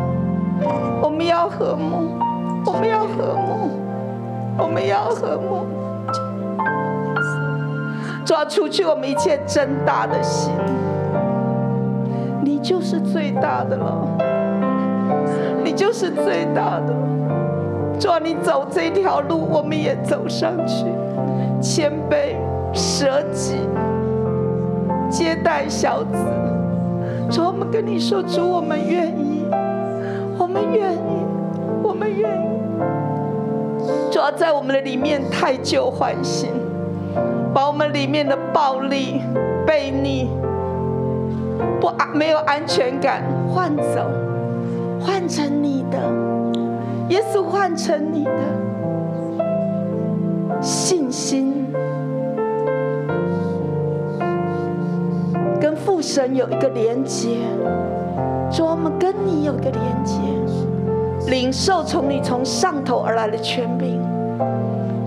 [SPEAKER 5] 我们要和睦，我们要和睦，我们要和睦。主啊，除去我们一切真大的心，你就是最大的了，你就是最大的。主啊，你走这条路，我们也走上去，谦卑、舍己、接待小子。主啊，我们跟你说，主，我们愿意，我们愿意，我们愿意。主啊，在我们的里面太旧换新，把我们里面的暴力、悖逆、不安、没有安全感换走，换成你的，耶稣换成你的信心，跟父神有一个连接。主啊，我们跟你有一个连接，领受从你从上头而来的权柄，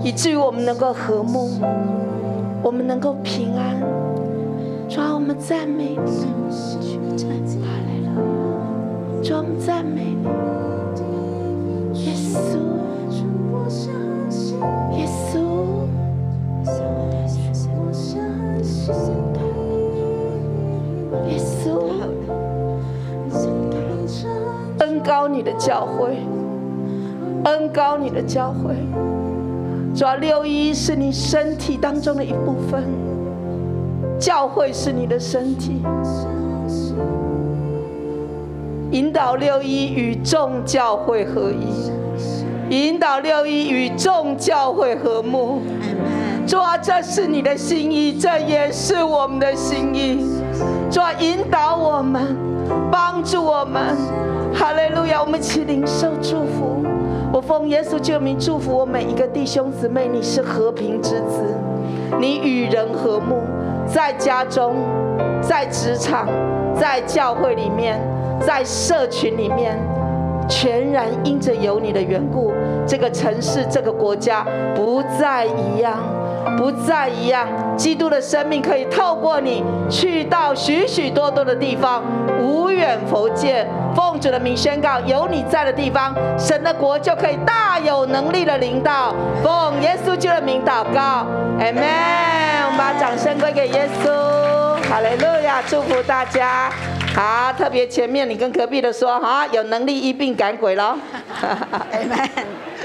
[SPEAKER 5] 以至于我们能够和睦，我们能够平安。主啊，我们赞美你，主啊，我们赞美你，耶稣，啊耶稣。耶稣，恩高你的教会，恩高你的教会。主要六一是你身体当中的一部分，教会是你的身体。引导六一与众教会合一，引导六一与众教会和睦。主啊，这是你的心意，这也是我们的心意。主啊，引导我们，帮助我们。哈利路亚！我们一起领受祝福。我奉耶稣救名祝福我每一个弟兄姊妹，你是和平之子，你与人和睦，在家中，在职场，在教会里面，在社群里面，全然因着有你的缘故，这个城市、这个国家不再一样，不再一样。基督的生命可以透过你去到许许多多的地方，无远佛界。奉主的名宣告，有你在的地方，神的国就可以大有能力的领导。奉耶稣基督的名祷告，Amen。我们把掌声归给耶稣，哈利路亚！祝福大家。好，特别前面你跟隔壁的说，哈，有能力医病赶鬼喽。
[SPEAKER 11] Amen。